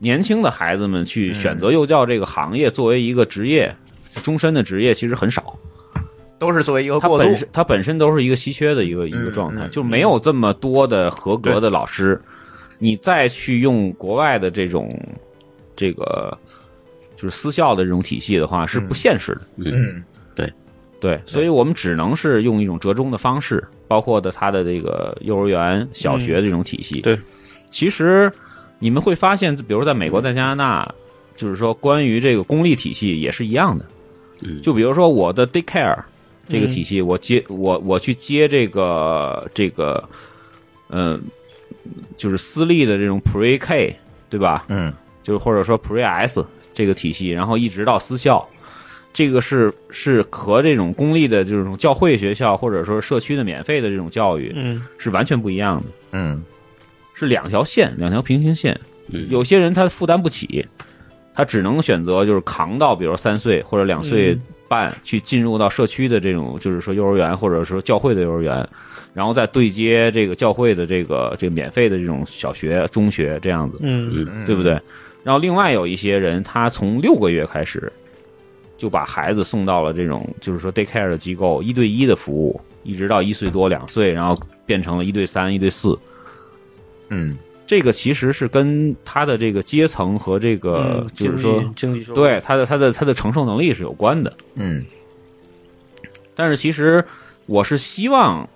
年轻的孩子们去选择幼教这个行业作为一个职业。终身的职业其实很少，
都是作为一个
它
过渡
本，身它本身都是一个稀缺的一个一个状态，
嗯
就没有这么多的合格的老师，你再去用国外的这种这个就是私校的这种体系的话是不现实的。
嗯
对，所以我们只能是用一种折中的方式，包括的它的这个幼儿园、小学这种体系。
对，
其实你们会发现，比如在美国、在加拿大，就是说关于这个公立体系也是一样的。
嗯
就比如说我的 daycare 这个体系，我接我我去接这个这个，嗯、就是私立的这种 pre K，对吧？
嗯
就是或者说 Pre S 这个体系，然后一直到私校，这个是是和这种公立的这种教会学校或者说社区的免费的这种教育
嗯
是完全不一样的，
嗯
是两条线，两条平行线。
嗯
有些人他负担不起，他只能选择就是扛到，比如三岁或者两岁
嗯
半去进入到社区的这种，就是说幼儿园或者说教会的幼儿园，然后再对接这个教会的这个这个免费的这种小学、中学这样子。
嗯
嗯，
嗯，
对不对？然后另外有一些人，他从六个月开始就把孩子送到了这种就是说 daycare 的机构，一对一的服务，一直到一岁多、两岁，然后变成了一对三、一对四。
嗯？
这个其实是跟他的这个阶层和这个
嗯
就是说，
经济经济收入
对他的他的他的承受能力是有关的。
嗯嗯
但是其实我是希望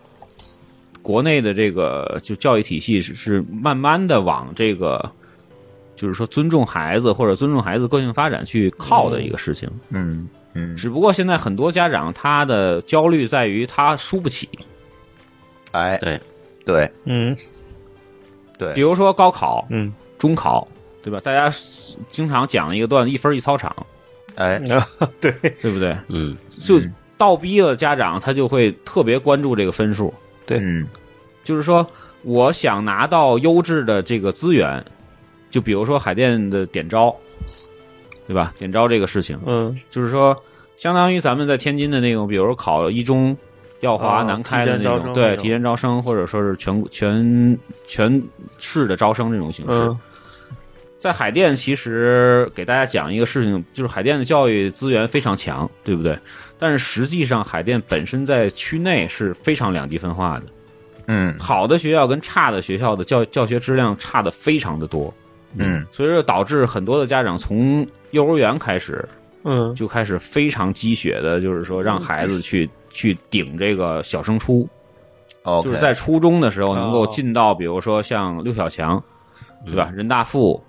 国内的这个就教育体系是是慢慢的往这个就是说尊重孩子或者尊重孩子个性发展去靠的一个事情。
嗯嗯，
只不过现在很多家长他的焦虑在于他输不起，
哎，
对
对
嗯
对，
比如说高考、
嗯，
中考，对吧？大家经常讲的一个段子，一分一操场，
哎，
对，
对不对？
嗯，
就倒逼了家长，他就会特别关注这个分数。
嗯
就是说，我想拿到优质的这个资源，就比如说海淀的点招，对吧？点招这个事情，
嗯，
就是说，相当于咱们在天津的那种，比如说考一中、耀华、
哦
南开的
提前
那
招
种，
生
对，
那种
提前招生或者说是全全全市的招生这种形式。
嗯
在海淀，其实给大家讲一个事情，就是海淀的教育资源非常强，对不对？但是实际上，海淀本身在区内是非常两极分化的，
嗯
好的学校跟差的学校的教教学质量差的非常的多，
嗯
所以说导致很多的家长从幼儿园开始
嗯
就开始非常鸡血的，就是说让孩子去去顶这个小升初，
，OK，
就是在初中的时候
哦
能够进到，比如说像六小强，对吧？人大附，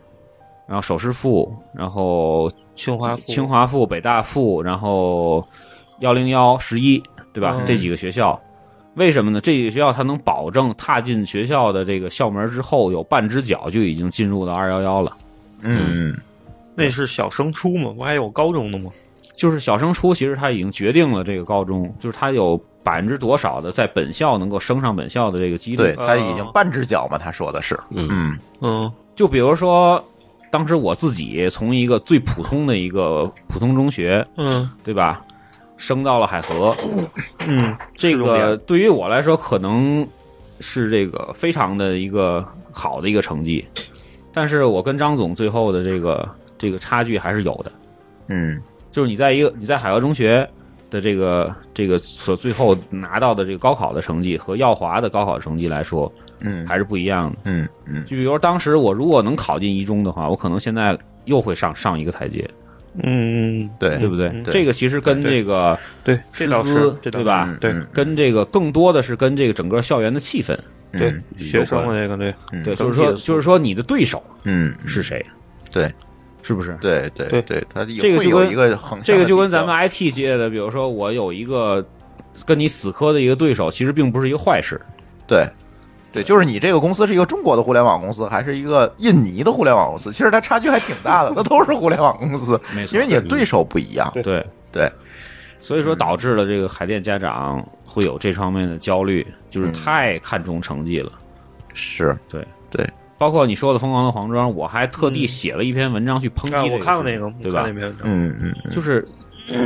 然后首师附，然后
清华附
嗯清华附、北大附，然后幺零幺、十一，对吧？
嗯
这几个学校，为什么呢？这几个学校它能保证踏进学校的这个校门之后，有半只脚就已经进入到二幺幺了。
嗯
那是小升初嘛，不还有高中的吗？
就是小升初，其实它已经决定了这个高中，就是它有百分之多少的在本校能够升上本校的这个几率。
对他已经半只脚嘛，他说的是，
嗯
嗯
嗯
就比如说，当时我自己从一个最普通的一个普通中学，
嗯
对吧，升到了海河，
嗯，
这
重
个
点
对于我来说可能是这个非常的一个好的一个成绩，但是我跟张总最后的这个这个差距还是有的，
嗯
就是你在一个你在海河中学。的这个这个所最后拿到的这个高考的成绩和耀华的高考成绩来说，
嗯
还是不一样的。
嗯嗯
就比如说当时我如果能考进一中的话，我可能现在又会上上一个台阶，
嗯，
对
对不对？
嗯
对
这个其实跟这个
对，
师
这倒是
资，
这倒
对
是
吧？
嗯
对
嗯
跟这个更多的是跟这个整个校园的气氛，
对
嗯，
学生的这个对，
嗯
对，
整
就是
体
说
的素质
就是说你的对手
嗯
是谁，
对
是不是？
对对
对
对，他也
这个
会
就
有
跟
一个横向的
这个就跟
比较
咱们 IT 界的，比如说我有一个跟你死磕的一个对手，其实并不是一个坏事，
对。对，就是你这个公司是一个中国的互联网公司，还是一个印尼的互联网公司？其实它差距还挺大的，它都是互联网公司，
没错嗯
因为你的对手不一样。
对。嗯
对，
所以说导致了这个海淀家长会有这方面的焦虑，就是太看重成绩了。
是，
对
对，
包括你说的《疯狂的黄庄》，我还特地写了一篇文章去抨击、
啊，我看过
那
那个，我
对
看
吧
那？篇文章，
嗯嗯嗯
就是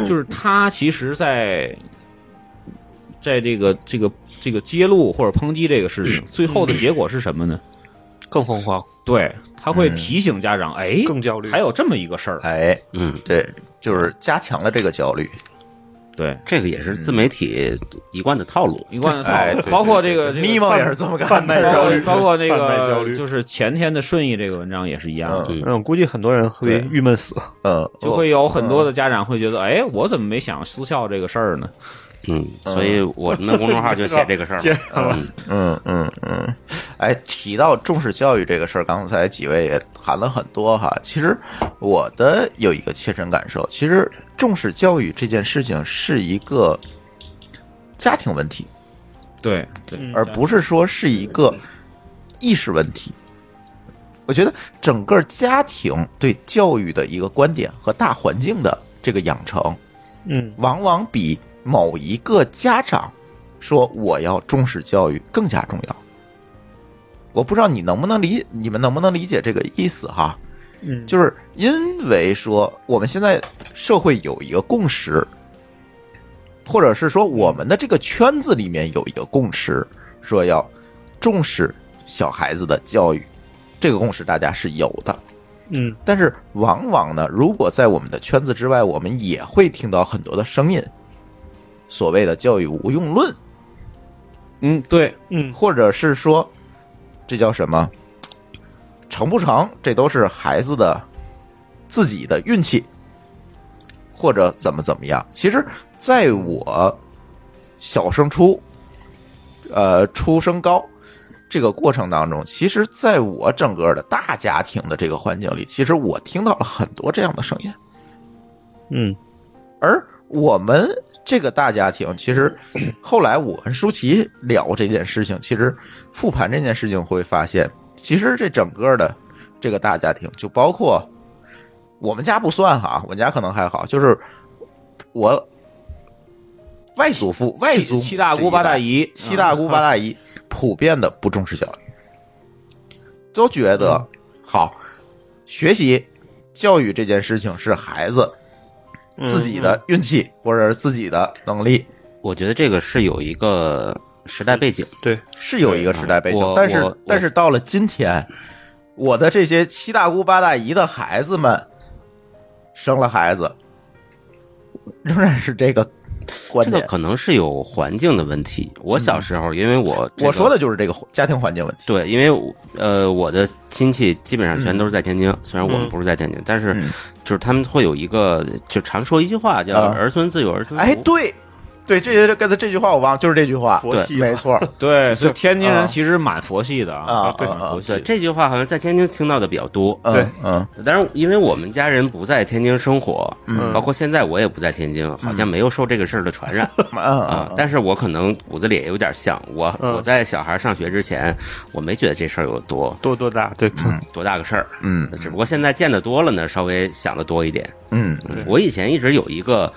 就是他其实在，在这个这个这个揭露或者抨击这个事 情，最后的结果是什么呢？
更疯狂，
对，他会
嗯
提醒家长，哎，
更焦虑。
还有这么一个事儿，
哎，
嗯，
对，就是加强了这个焦虑。
对，
这个也是自媒体一贯的套路。
一贯的
哎
套
对
路，包括这个这个
咪蒙也是这么干
贩
的
卖，焦虑
包括包括那
贩卖焦虑
个就是前天的顺义这个文章也是一样的。
嗯
嗯，估计很多人会
对
郁闷死。
嗯，
就会有很多的家长会觉得，哎，我怎么没想私校这个事儿呢？
嗯，所以我们的公众号就写这个事儿嘛。嗯
嗯嗯嗯，哎，提到重视教育这个事儿，刚才几位也谈了很多哈。其实我的有一个切身感受，其实重视教育这件事情是一个家庭问题，
对对
嗯
而不是啊说是一个意识问题。我觉得整个家庭对教育的一个观点和大环境的这个养成，
嗯
往往比某一个家长说我要重视教育更加重要。我不知道你能不能理，你们能不能理解这个意思哈？
嗯，
就是因为说我们现在社会有一个共识，或者是说我们的这个圈子里面有一个共识，说要重视小孩子的教育，这个共识大家是有的。
嗯
但是往往呢，如果在我们的圈子之外，我们也会听到很多的声音，所谓的教育无用论，
嗯，对，
嗯
或者是说，这叫什么？成不成，这都是孩子的自己的运气，或者怎么怎么样。其实，在我小升初，呃，初升高这个过程当中，其实在我整个的大家庭的这个环境里，其实我听到了很多这样的声音。
嗯
而我们这个大家庭，其实后来我跟舒淇聊这件事情，其实复盘这件事情会发现，其实这整个的这个大家庭，就包括我们家不算哈，我们家可能还好，就是我外祖父、外祖母
七大
这
姑
一
八大
代
姨，
七大姑八大姨普遍的不重视教育，都觉
嗯
得好学习教育这件事情是孩子
嗯
自己的运气或者是自己的能力，
我觉得这个是有一个时代背景，
对，
是有一个时代背景
我。
但
我
是
我
但是到了今天，我的这些七大姑八大姨的孩子们生了孩子，仍然是这个观
这个
点。嗯
可能是有环境的问题。我小时候，因为我、
我说的就是这个家庭环境问题。
对，因为我呃，我的亲戚基本上全都是在天津，虽然我们
嗯
不是在天津，但是
嗯
就是他们会有一个，就常说一句话叫
啊
“儿孙自有儿孙福”。
哎，对对，这些刚才这句话我忘了，就是这句话。
佛系
没错
嗯 对，所以天津
啊
人其实蛮佛系的
啊，
对
啊
佛系
对，这句话好像在天津听到的比较多。
嗯
对
嗯
但是因为我们家人不在天津生活，
嗯
包括现在我也不在天津，好像没有受这个事儿的传染
嗯啊
啊。但是我可能骨子里也有点像我，
嗯
我在小孩上学之前，我没觉得这事儿有多
多多大？对，
多大个事儿，
嗯
只不过现在见得多了呢，稍微想的多一点。
嗯
嗯
对
我以前一直有一个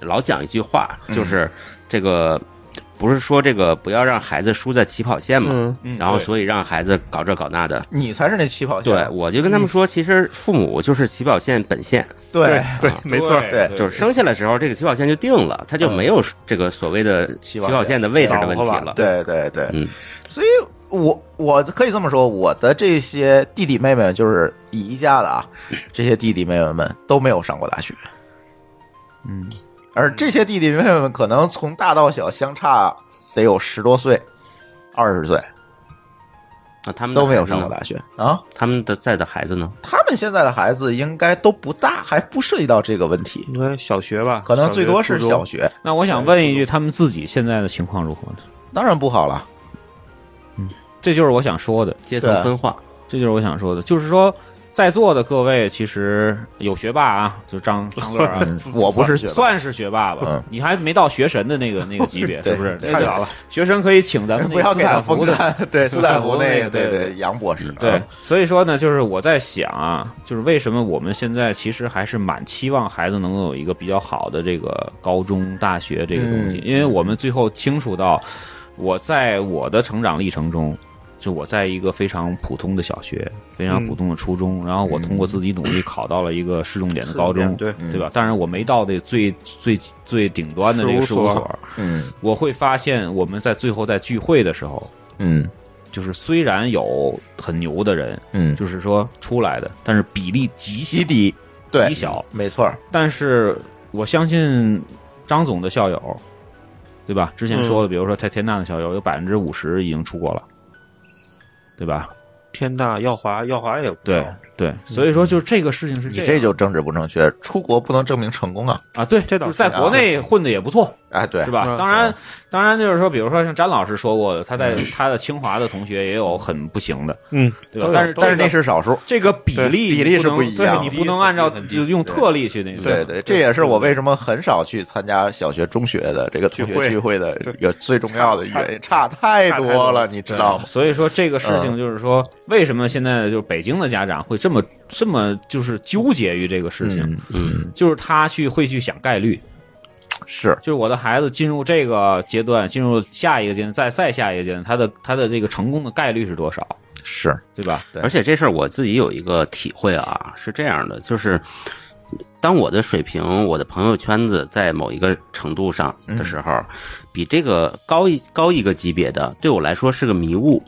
老讲一句话，就是这个不是说这个不要让孩子输在起跑线嘛，
嗯
嗯
然后
对
所以让孩子搞这搞那的。
你才是那起跑线，
对，我就跟他们说，其实父母就是起跑线本线，
对
对
啊，
没错，
对
就是生下来时候这个起跑线就定了，他就没有这个所谓的
起
起
跑线
跑线的位置的问题
对
了。，
对对对，
嗯，
所以我我可以这么说，我的这些弟弟妹妹们就是姨家的 啊，这些弟弟妹妹们都没有上过大学，
嗯，
而这些弟弟妹妹们可能从大到小相差得有十多岁。二十岁
那
嗯
他们的
都没有
孩子
上
呢
过大学啊！
他们的在的孩子呢？
他们现在的孩子应该都不大，还不涉及到这个问题，
应该小学吧，
可能最多是
初中
小学，
那我想问一句，他们自己现在的情况如何呢？
当然不好 了。
这就是我想说的，
阶层分化，嗯
这就是我想说的，就是说在座的各位其实有学霸啊，就张张乐啊，
嗯，我 不是学霸，
算是学霸吧，
嗯
你还没到学神的那个那个级 别，
对
是不是？
对
那个
太远了，
学神可以请咱们那
不
个
要给他
斯坦福
封
的。
干。对，斯坦福那个，
斯坦福那个对对
对，杨博士，
对
啊，
所以说呢，就是我在想啊，就是为什么我们现在其实还是蛮期望孩子能够有一个比较好的这个高中、大学这个东西，
嗯
因为我们最后清楚到，我在我的成长历程中，就我在一个非常普通的小学，非常普通的初中，然后我通过自己努力考到了一个市重点的高中，
对
嗯
对吧？但是我没到这最最最顶端的这个事
事务
务
所
所，
嗯
我会发现我们在最后在聚会的时候，
嗯
就是虽然有很牛的人，
嗯，
就是说出来的，但是比例极极低，
对
极，小。
没错儿，
但是我相信张总的校友，对吧？
嗯
之前说的，比如说在天大的校友有百分之五十已经出国了，对吧？
天大耀华，耀华也有不
对
少
对，所以说就是这个事情是
嗯你
样
这就政治不正确，出国不能证明成功啊！
啊，对，
这倒
就是在
是啊
国内混的也不错，
哎，对
是，吧？
嗯
当然，当然就是说，比如说像詹老师说过的，他
嗯
在他的清华的同学也有很不行的，
嗯，
对吧
都？有
但是
但是那
这个
是少数。
这个比例
对比例是
不
不
能
一样
对你
的
不能按照
比例很低
就用特例去那个。
对对，这也是我为什么很少去参加小学、中学的这个同
聚
学
会
聚会的一个最重要的原因，差太多了，你知道吗？
所以说这个事
嗯
情就是说，为什么现在就是北京的家长会这么这么就是纠结于这个事情？
嗯，
嗯，
就是他去会去想概率，
是，
就是我的孩子进入这个阶段，进入下一个阶段，再再下一个阶段，他的他的这个成功的概率是多少，
是，
对吧？
对
而且这事儿我自己有一个体会啊，是这样的，就是当我的水平、我的朋友圈子在某一个程度上
嗯
的时候，比这个高一高一个级别的，对我来说是个迷雾，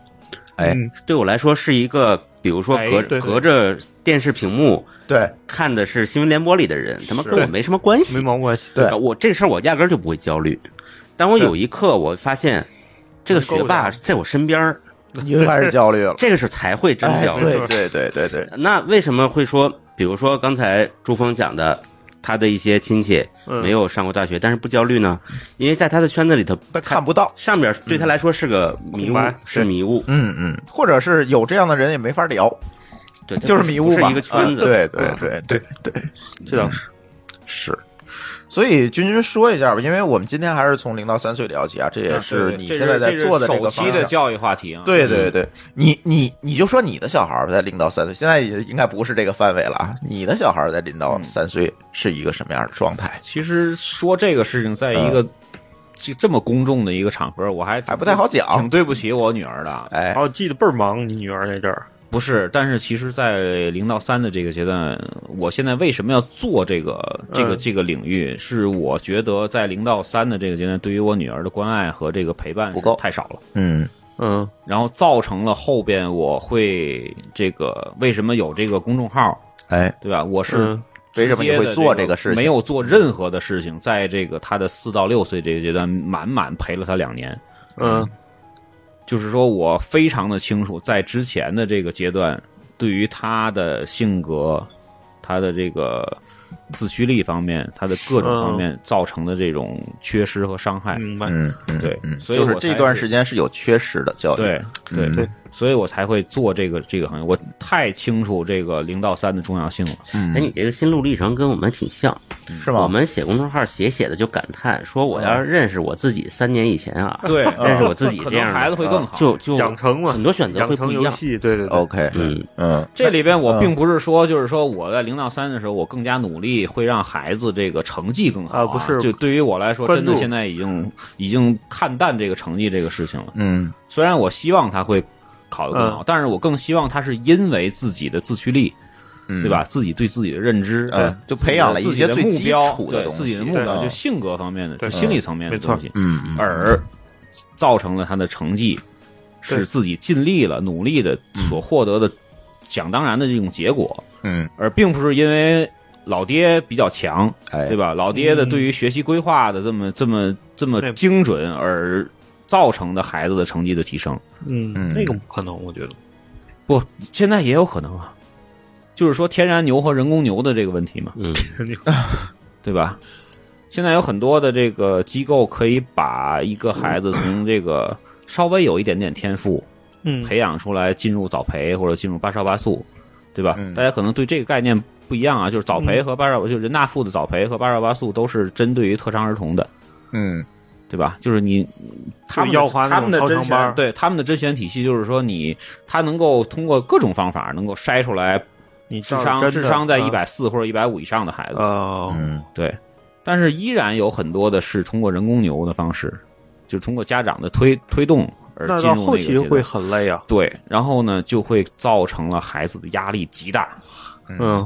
哎
嗯
对我来说是一个，比如说
哎
隔、
对对
隔着电视屏幕
对
看的是新闻联播里的人，他妈
是
跟我没什么关系
没，毛关系，
对
我这事儿我压根儿就不会焦虑。当我
对
有一刻我发现这个
能够
学霸
的
在我身边儿，
你就开始焦虑了，
这个时候才会真
哎
焦虑。
对对对对对，
那为什么会说，比如说刚才朱峰讲的，他的一些亲戚
嗯
没有上过大学，但是不焦虑呢，因为在他的圈子里头，
但看不嗯到。
上边对他来说是个迷雾
空白，
是迷雾，
嗯嗯，或者是有这样的人也没法聊，
对，他
就是
不
迷雾
不
嘛，
是一个圈子，
啊对对对对对，
这倒是。
是。所以君君说一下吧，因为我们今天还是从零到三岁聊起啊，这也是你现在在做的
这
个
是首期
方
的
向。
教育话题啊。
对对对，你你你就说你的小孩儿在零到三岁，现在也应该不是这个范围了啊。你的小孩儿在零
嗯
到三岁是一个什么样的状态？
其实说这个事情，在一个这这么公众的一个场合，我还
嗯还不太好讲
挺。对不起我女 儿的。啊
哎，
哦，记得倍儿忙，你女儿那阵儿，
不是，但是其实，在零到三的这个阶段，我现在为什么要做这个这个
嗯
这个领域？是我觉得在零到三的这个阶段，对于我女儿的关爱和这个陪伴
不够
是太少了。
嗯
嗯
然后造成了后边我会这个为什么有这个公众号，
哎，
对吧？我是
嗯
为什么你会做这个事情
没有做任何的事情，在这个他的四到六岁这个阶段，满满陪了他两年。
嗯
就是说我非常的清楚，在之前的这个阶段，对于他的性格、他的这个自驱力方面、他的各种方面造成的这种缺失和伤害，
明白。
嗯嗯，
啊对
嗯，
所以
就
我
是
才
这段
是
时间是有缺失的教育。
对对
嗯
对，所以我才会做这个这个行业。我太清楚这个零到三的重要性了。
嗯
哎，你这个心路历程跟我们挺像，
是
我
吗？嗯
们写公众号写写的就感叹说，我要是认识我自己三年以前啊，
对，
认识我自己
可
这样
能
的
孩子会更好。
就就
养成嘛，
很多选择
养
会不
成
一
游
样。
戏，对对对。
OK，
嗯
嗯，
这里边我并不是说，就是说我在零到三的时候，我更加努力，会让孩子这个成绩更好、
啊不是
就对于我来说，
关
真的
注
现在已经已经看淡这个成绩这个事情了。
嗯
虽然我希望他会考得更好，但是我更希望他是因为自己的自驱力，
嗯，
对吧？？自己对自己的认知，
嗯就
对
培养了一些
自己的
最
目
基
标
础的
对
东
自己
西
的目标
嗯
就性格方面的，就
对
心理层面的
没错
东西，
嗯嗯，
而造成了他的成绩是
对
自己尽力了、努力的所获得的想当然的这种结果，
嗯，
而并不是因为老爹比较强，
哎，
对
吧？
吧？老爹的
嗯
对于学习规划的这么这么这么
对
精准而造成的孩子的成绩的提升，
嗯
嗯
那个不可能，我觉得。
不，现在也有可能啊，就是说天然牛和人工牛的这个问题嘛，
嗯，
对吧？现在有很多的这个机构可以把一个孩子从这个稍微有一点点天赋，
嗯，
培养出来进入早培或者进入八少八速，对吧？
嗯
大家可能对这个概念不一样啊，就是早培
嗯
和八少，就人大附的早培和八少八速都是针对于特长儿童的，
嗯
对吧？就是你他们的
要花
他
那种
们的
超长
甄选
班儿
对他们的甄选体系就是说你他能够通过各种方法能够筛出来
你
智
照着
商
真
智
的
商在
啊
一百四或者一百五以上的孩子，
哦，
嗯
对，但是依然有很多的是通过人工牛的方式，就通过家长的推推动而
那
进入
到
那
后
个阶
期
段。
会很累啊。
对，然后呢，就会造成了孩子的压力极大，
嗯，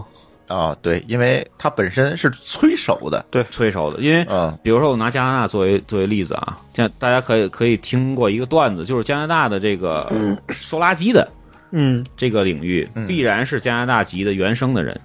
啊，对，因为它本身是催熟的，
催熟的。因为
嗯
比如说，我拿加拿大作为作为例子啊，像大家可以可以听过一个段子，就是加拿大的这个收垃圾的
嗯，
这个领域，
嗯
必然是加拿大籍的原生的人，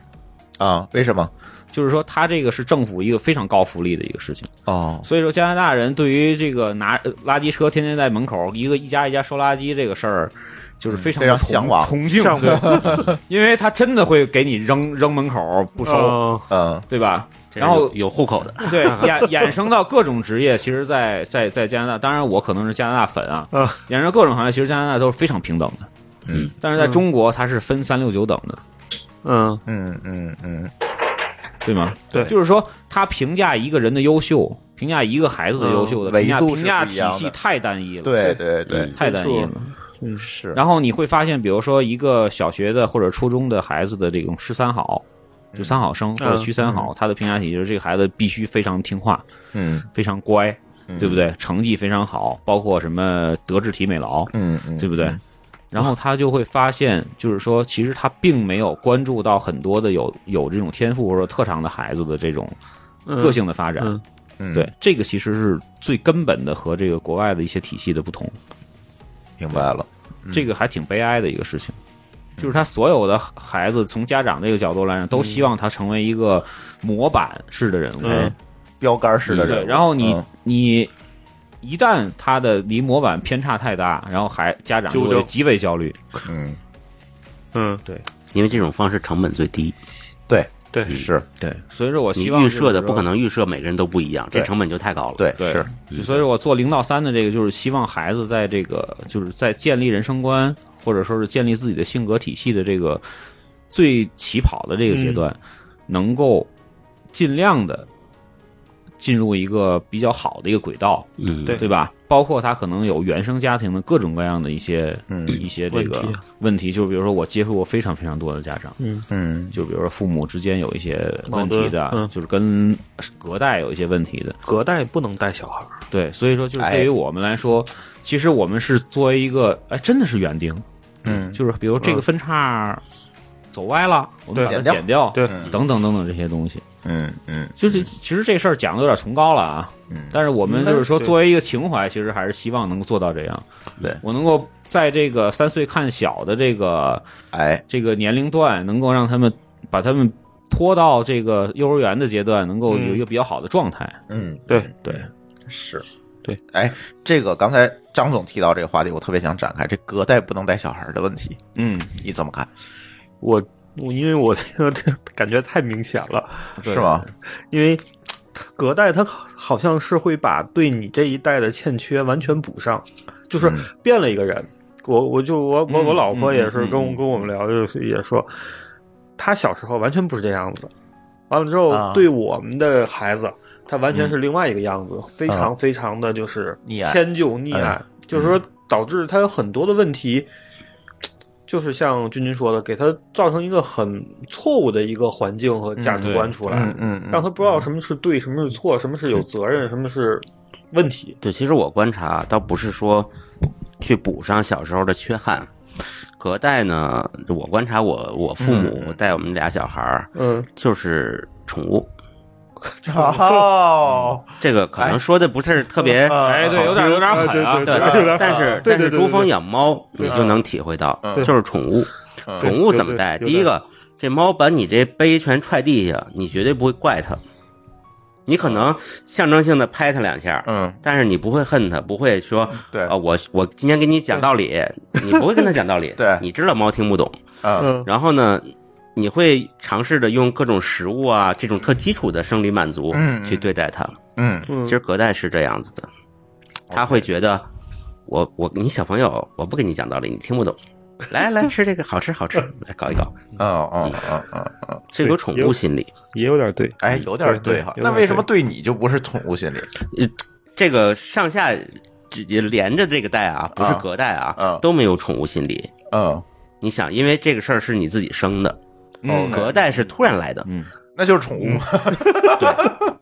啊，为什么？
就是说，他这个是政府一个非常高福利的一个事情。
哦，
所以说，加拿大人对于这个拿呃垃圾车天天在门口一个一家一家收垃圾这个事儿，就是非常
嗯非常
崇
向往
崇敬，
向
对， 因为他真的会给你扔扔门口不收，
嗯
嗯
对吧？
这
然后
有有户口的，
对衍衍生到各种职业，其实在，在在加拿大，当然我可能是加拿大粉啊，
啊
衍生各种行业，其实加拿大都是非常平等的，
嗯，
但是在
嗯
中国它是分三六九等的，
嗯
嗯嗯嗯，
对吗？
对
就是说他评价一个人的优秀，评价一个孩子的优秀的、
嗯
评价
维度是
评价
不一
体
样的
系太单一了，
对，对对，
嗯
太单一了。
嗯
是，
然后你会发现，比如说一个小学的或者初中的孩子的这种十三好，就三好生或者
嗯
区三好，他的评价体系就是这个孩子必须非常听话，
嗯，
非常乖，
嗯
对不？对？成绩非常好，包括什么德智体美劳，
嗯嗯，
对不对？然后他就会发现，就是说，其实他并没有关注到很多的有有这种天赋或者特长的孩子的这种
嗯，
个性的发展。
嗯
嗯，
对，这个其实是最根本的和这个国外的一些体系的不同。
明白了。
这个还挺悲哀的一个事情，
嗯
就是他所有的孩子从家长这个角度来讲，都希望他成为一个模板式的人物，
哎，标杆式的人
对。
物，
然后你
嗯
你一旦他的离模板偏差太大，然后还家长就
纠
会
正
极为焦虑。
嗯，
嗯
因为这种方式成本最低。
对，
对
嗯
是
对，所以说我
你
希望
预设的
就是说
不可能预设每个人都不一样，这
对
成本就太高了。
对，
对，所以说我做零到三的这个，就是希望孩子在这个，就是在建立人生观，或者说是建立自己的性格体系的这个最起跑的这个
嗯
阶段，能够尽量的进入一个比较好的一个轨道，
嗯，
对
对吧？包括他可能有原生家庭的各种各样的一些、
嗯
一些这个
问题
问题，就比如说我接触过非常非常多的家长，
嗯
就比如说父母之间有一些问
矛
题的
盾，嗯
就是跟隔代有一些问题的，
隔代不能带小孩儿，
对，所以说就是
哎
对于我们来说，其实我们是作为一个哎，真的是园丁，
嗯，
就是比如这个分叉走歪了，我们把
对
它剪掉，
对
嗯
等等等等这些东西，
嗯嗯
就是其实这事儿讲的有点崇高了啊，
嗯
但是我们就是说
嗯对
作为一个情怀，其实还是希望能够做到这样，
对
我能够在这个三岁看小的这个
哎
这个年龄段，能够让他们把他们拖到这个幼儿园的阶段，能
嗯
够有一个比较好的状态，
嗯
对
嗯
对
是。
对，
哎，这个刚才张总提到这个话题，我特别想展开这隔代不能带小孩的问题，
嗯，
你怎么看？
我我因为我这个 感觉太明显了，
对
是吗？？
因为隔代它好好像是会把对你这一代的欠缺完全补上，就是
嗯
变了一个人。我我就我我
嗯
我老婆也是
嗯嗯
跟我、
嗯
跟我们聊，就是也说，她小时候完全不是这样子，完了之后
啊嗯
对我们的孩子，她完全是另外一个样子，非常非常的就是
啊溺爱哎嗯
迁就溺爱，就是说导致她有很多的问题。就是像君君说的，给她造成一个很错误的一个环境和价值观出来，
嗯嗯嗯
让他不知道什么是对，什么是错，什么是有责任，什么是问题。
对，其实我观察倒不是说去补上小时候的缺憾。隔代呢，我观察我我父母带我们俩小孩儿
嗯，
就是宠物，
哦，
这个可能说的不是特
嗯
别
啊
哎，对，有点有点狠啊，
对，但是
对
但
对对
是
对
珠峰养猫，你
对
就能体会到，
嗯
就是宠物，
嗯
宠物怎么带？
对对对
第一个，这猫把你这杯全踹地下，你绝对不会怪它，你可能象征性的拍它两下，
啊嗯，
但是你不会恨它，不会说
对
哦
啊，我我今天给你讲道理，你不会跟它讲道理，
对
你知道猫听不懂。
嗯
嗯
然后呢，你会尝试着用各种食物啊，这种特基础的生理满足
嗯嗯
去对待它。
嗯
嗯，
其实隔代是这样子的，他会觉得我我你小朋友，我不跟你讲道理，你听不懂。来来吃这个，好吃好 吃，来搞一搞，
嗯嗯嗯嗯嗯，
这有宠物心理。
也有点对，
哎，有点
对
对
对
哈。
有
那
点
为什么
对
对你就不是宠物心理？
这个上下也连着这个代啊，不是
啊
隔代啊，
啊
都没有宠物心理。
嗯，
你想，因为这个事儿是你自己生的，
嗯
隔代是突然
嗯
来的。
那就是宠物嘛。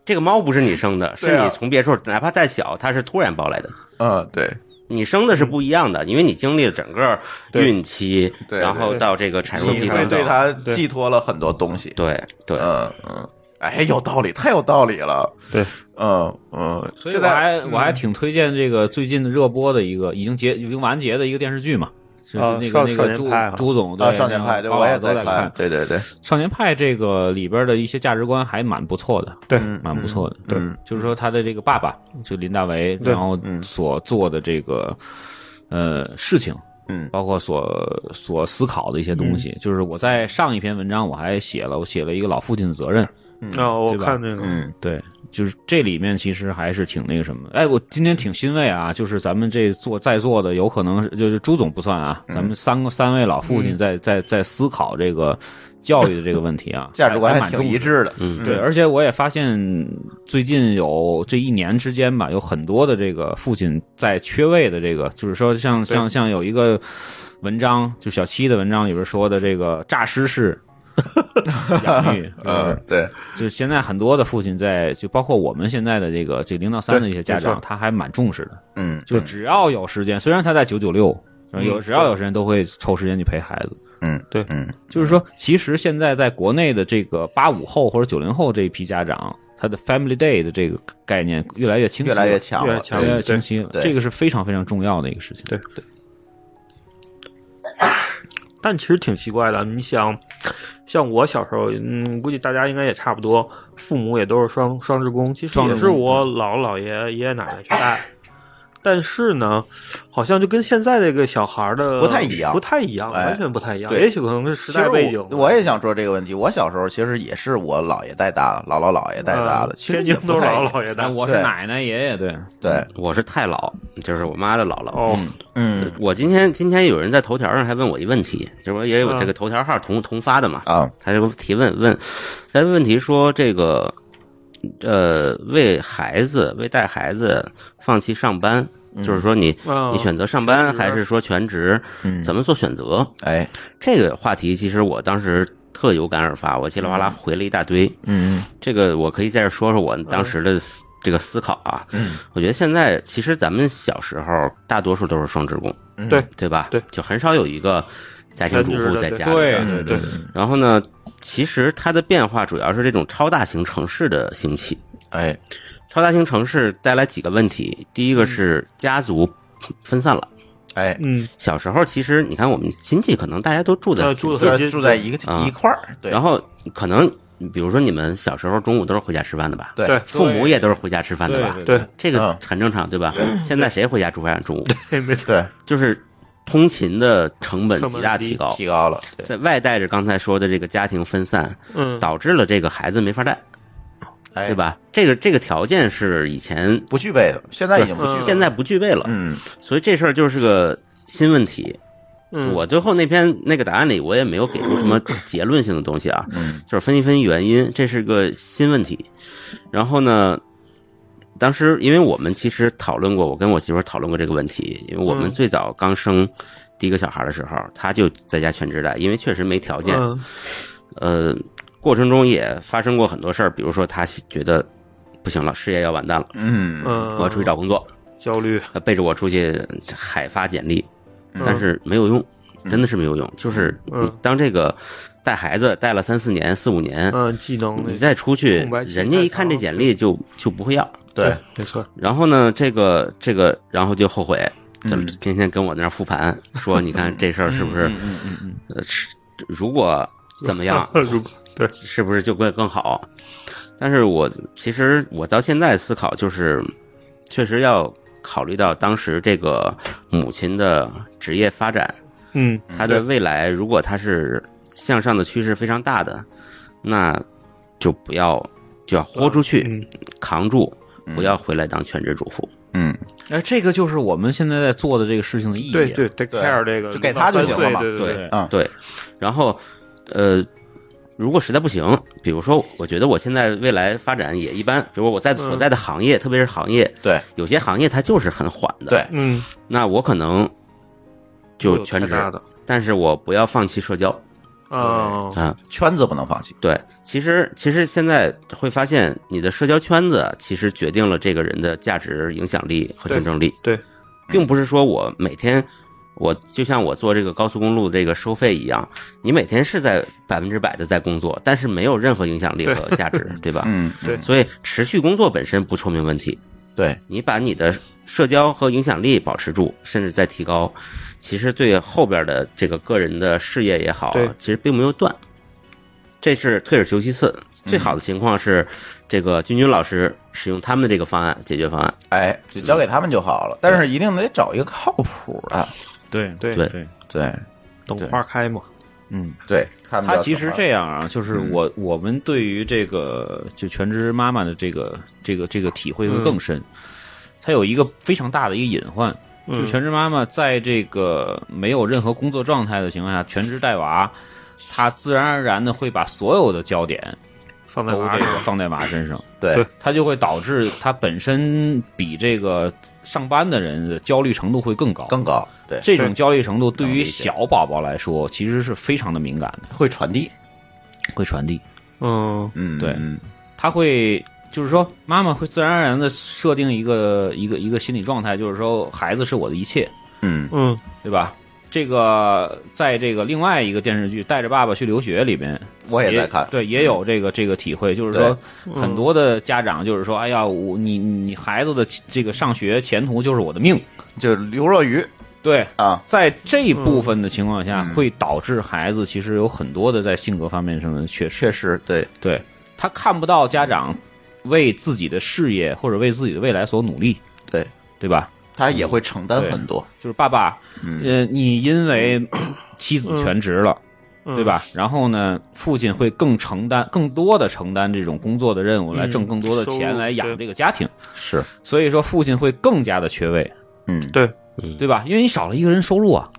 这个猫不是你生的，
对
是
啊
你从别处，哪怕再小，它是突然抱来的。
嗯，对，
你生的是不一样的，因为你经历了整个
对
孕期，
对
然后
对
到这个产褥
你
期
会
等
对
等，
它
对
寄托了很多东西。
对对，
嗯嗯，哎，有道理，太有道理了。
对，
嗯嗯，
所以
现
我
在
还、我还挺推荐这个最近热播的一个已经结已经完结的一个电视剧嘛，是
啊
那
少
个那
少
个
年
朱
派啊
朱总对
啊，少年派，
那
对
个哦
我也
高老都在
看
看，
对对对，
少年派这个里边的一些价值观还蛮不错的，
对
嗯
蛮不错的，
嗯嗯
就是说他的这个爸爸就林大为，
对
然后
嗯
所做的这个呃事情，
嗯
包括所所思考的一些东西，就是我在上一篇文章我还写了，我写了一个老父亲的责任，
啊，我
对吧
看那个，
嗯
对，就是这里面其实还是挺那个什么。哎，我今天挺欣慰啊，就是咱们这座在座的有可能是就是朱总不算啊，
嗯
咱们三个三位老父亲在、在在思考这个教育的这个问题啊，
价值观
还
还
蛮重
挺一
视。
致的。
嗯
对，而且我也发现最近有这一年之间吧，有很多的这个父亲在缺位的这个，就是说像像像有一个文章，就小七的文章里边说的这个诈尸式 养育，呃
嗯，对，
就是现在很多的父亲在，就包括我们现在的这个这零到三的一些家
对没
长，
错
他还蛮重视的。
嗯，
就只要有时间，虽然他在九九六，有只要有时间都会抽时间去陪孩子。
嗯，
对
嗯
就是说，其实现在在国内的这个八五后或者九零后这一批家长，他的 Family Day 的这个概念越来越清晰
越
了，
来越强
越来
了，
越强
越来
对
越清晰了。
对
这个是非常非常重要的一个事情。
对 但其实挺奇怪的。你想，像我小时候，嗯，估计大家应该也差不多，父母也都是双双职工，其实
双职
也
工
是我姥姥姥爷、爷爷奶奶去带。但是呢，好像就跟现在这个小孩的
不太一样
不太一样，
哎
完全不太一样。
对
也许可能是时
其
代
实
背景
我，我也想说这个问题。我小时候其实也是我姥爷带大的，姥姥姥爷带大的，
嗯
其实
天
也
津
不
都是
太
老
一样
姥爷大
但。我是
对
奶奶爷爷，对，
对，
我是太姥，就是我妈的姥姥。
哦，
嗯
我今天今天有人在头条上还问我一问题，就是我也有
嗯
这个头条号同同发的嘛，
啊，
他就提问问，他问题说这个，呃，为孩子为带孩子放弃上班，就是说你、
嗯
你选择上班
全职
还是说全职，
嗯
怎么做选择？
哎，
这个话题其实我当时特有感而发，我稀里哗啦回了一大堆。
嗯
这个我可以在这说说我当时的思这个思考啊。
嗯
我觉得现在其实咱们小时候大多数都是双职工，
嗯，
对
对吧？
对，
就很少有一个家庭主妇在家里边。
嗯
对
嗯
然后呢，其实它的变化主要是这种超大型城市的兴起。
哎，
超大型城市带来几个问题，第一个是家族分散了。
哎，
嗯，
小时候其实你看我们亲戚可能大家都住在
呃住
住在
对
住在一个
啊
一块儿，对，
然后可能比如说你们小时候中午都是回家吃饭的吧？
对
对
父母也都是回家吃饭的吧？
对
对
这个很正常，对吧？现在谁回家煮饭中午？
对，没错，
对
就是通勤的成本极大提高，
提高了，对
在外带着刚才说的这个家庭分散，
嗯，
导致了这个孩子没法带，
哎，
对？吧？这个这个条件是以前
不具备的，现在已经不具备
嗯
了，
现在不具备了，
嗯
所以这事儿就是个新问题。
嗯
我最后那篇那个答案里，我也没有给出什么结论性的东西啊，
嗯
就是分析分析原因，这是个新问题。然后呢，当时因为我们其实讨论过，我跟我媳妇儿讨论过这个问题，因为我们
嗯
最早刚生第一个小孩的时候，她就在家全职带，因为确实没条件，
嗯
呃，过程中也发生过很多事儿，比如说她觉得不行了，事业要完蛋了，
嗯
嗯，
我要出去找工作，
焦虑，
呃背着我出去海发简历，但是没有用，真的是没有用。就是你
嗯
当这个带孩子带了三四年、四五年，
嗯，技能
你再出去
空白，期
人家
太
一看这
长
简历就就不会要。
对，，
没错，
然后呢，这个这个，然后就后悔，怎么
嗯
天天跟我那儿复盘，说你看这事儿是不是
嗯嗯嗯嗯
呃是如果怎么 样，
如
是不是就会更好？但是我其实我到现在思考，就是确实要考虑到当时这个母亲的职业发展，
嗯，
她的未来如果她是向上的趋势非常大的，那就不要就要豁出去，
嗯
扛住，不要回来当全职主妇。
嗯，
嗯，哎，这个就是我们现在在做的这个事情的意义。
对对，take
对
care 这个，
就给他就行了嘛
对对
对
啊，
对，然后呃，如果实在不行，比如说，我觉得我现在未来发展也一般，比如我
嗯
在所在的行业，特别是行业，
对，
有些行业它就是很缓的，
对，
嗯，
那我可能就全职
不，有太大的，
但是我不要放弃社交
嗯，
啊。
圈子不能放弃，
对，其实其实现在会发现，你的社交圈子其实决定了这个人的价值、影响力和竞争力。
对对
并不是说我每天，我就像我做这个高速公路这个收费一样，你每天是在百分之百的在工作，但是没有任何影响力和价值，对吧？
嗯，
对
所以持续工作本身不说明问题，
对，
你把你的社交和影响力保持住，甚至再提高，其实对后边的这个个人的事业也好啊
对，
其实并没有断。这是退而求其次，最好的情况是，这个君君老师使用他们的这个方案解决方案。
哎，就交给他们就好了，但是一定得找一个靠谱的，
对
对
对
对，
对
等花开嘛，
嗯。
对，他们
他
就要
其实
懂了
这样啊，就是我、我们对于这个就全职妈妈的这个这个这个体会会更深。它有一个非常大的一个隐患，就
嗯
全职妈妈在这个没有任何工作状态的情况下，全职带娃，她自然而然的会把所有的焦点
放在
都
娃
这个
上，
放在娃身上，
对
对
它就会导致她本身比这个上班的人的焦虑程度会更高。
更高，对，
这种焦虑程度对
能
于
理解
小宝宝来说，其实是非常的敏感的，
会传递，
会传递。
嗯
嗯，
对
嗯
他会就是说，妈妈会自然而然的设定一个一个一个心理状态，就是说，孩子是我的一切，
嗯，
嗯
对吧？这个在这个另外一个电视剧《带着爸爸去留学》里面，
我也
也
在看，嗯
对，也有这个这个体会，就是说，很多的家长就是说，哎呀，我你你孩子的这个上学前途就是我的命，
就是刘若愚
对。
啊，
在这一部分的情况下，
嗯
会导致孩子其实有很多的在性格方面上的缺失。
确实对，
对他看不到家长为自己的事业或者为自己的未来所努力，
对
对吧？
他也会承担很多。
就是爸爸，
嗯
呃，你因为妻子全职了，
嗯
对？吧？然后呢，父亲会更承担更多的承担这种工作的任务，来
嗯
挣更多的
收入
钱来养
对
这个家庭。
是，
所以说，父亲会更加的缺位，
嗯，
嗯，
对吧？因为你少了一个人收入啊，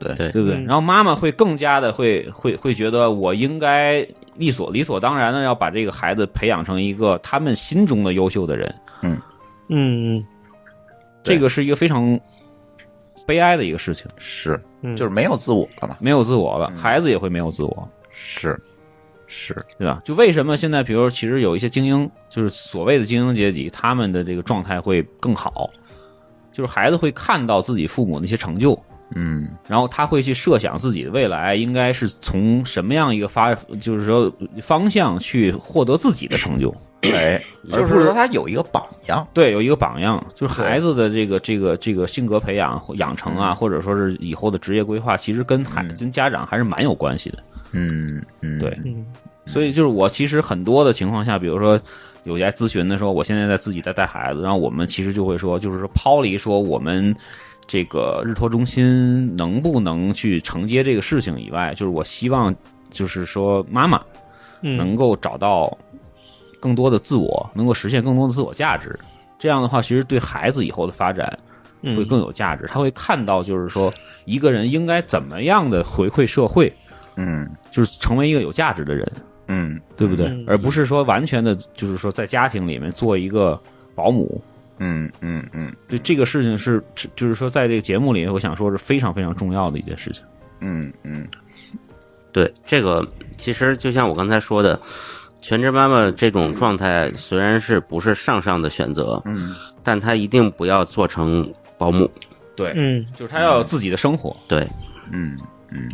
对
对
对不对？
嗯
然后妈妈会更加的会会会觉得我应该理所理所当然的要把这个孩子培养成一个他们心中的优秀的人，
嗯
对
这个是一个非常悲哀的一个事情，
是，
嗯，
就是没有自我了嘛。
没有自我了，
嗯
孩子也会没有自我，
是，是，
对吧？就为什么现在，比如说其实有一些精英，就是所谓的精英阶级，他们的这个状态会更好，就是孩子会看到自己父母那些成就，
嗯，
然后他会去设想自己的未来应该是从什么样一个发，就是说方向去获得自己的成就。
哎，就是说他有一个榜样。
对，有一个榜样，就是
对
孩子的这个这个这个性格培养、养成啊，或者说是以后的职业规划，其实跟孩
嗯
跟家长还是蛮有关系的。
嗯嗯，
对，
嗯
所以就是我其实很多的情况下，比如说有来咨询的时候，我现在在自己在带孩子，然后我们其实就会说，就是说抛离说我们。这个日托中心能不能去承接这个事情以外，就是我希望，就是说妈妈
嗯
能够找到更多的自我，能够实现更多的自我价值。这样的话，其实对孩子以后的发展
嗯
会更有价值。他会看到，就是说一个人应该怎么样的回馈社会，
嗯
就是成为一个有价值的人，
嗯
对不对？
嗯
而不是说完全的，就是说在家庭里面做一个保姆。
嗯嗯嗯
对这个事情是，是就是说在这个节目里，我想说是非常非常重要的一件事情。
嗯嗯，
对，这个其实就像我刚才说的，全职妈妈这种状态虽然是不是上上的选择，
嗯，
但她一定不要做成保姆。
对，
嗯
就是他要有自己的生活。
对，
嗯，嗯，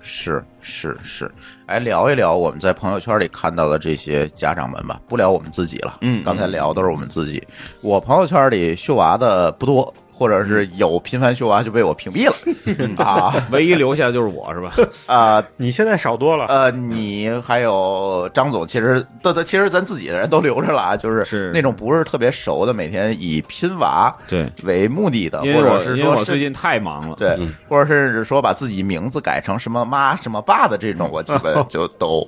是是是，来聊一聊我们在朋友圈里看到的这些家长们吧，不聊我们自己了。
嗯
刚才聊都是我们自己。我朋友圈里秀娃的不多，或者是有频繁秀娃就被我屏蔽 了啊
唯一留下的就是我是吧？
啊
你现在少多了，
呃，你还有张总，其实都都其实咱自己的人都留着了啊，就是
是
那种不是特别熟的，每天以拼娃
对，
为目的的，或
因为
者
我
是
因为我
说
最
是
近太忙了。
对，
嗯
或者甚至说把自己名字改成什么妈什么爸的这种，我基本就 都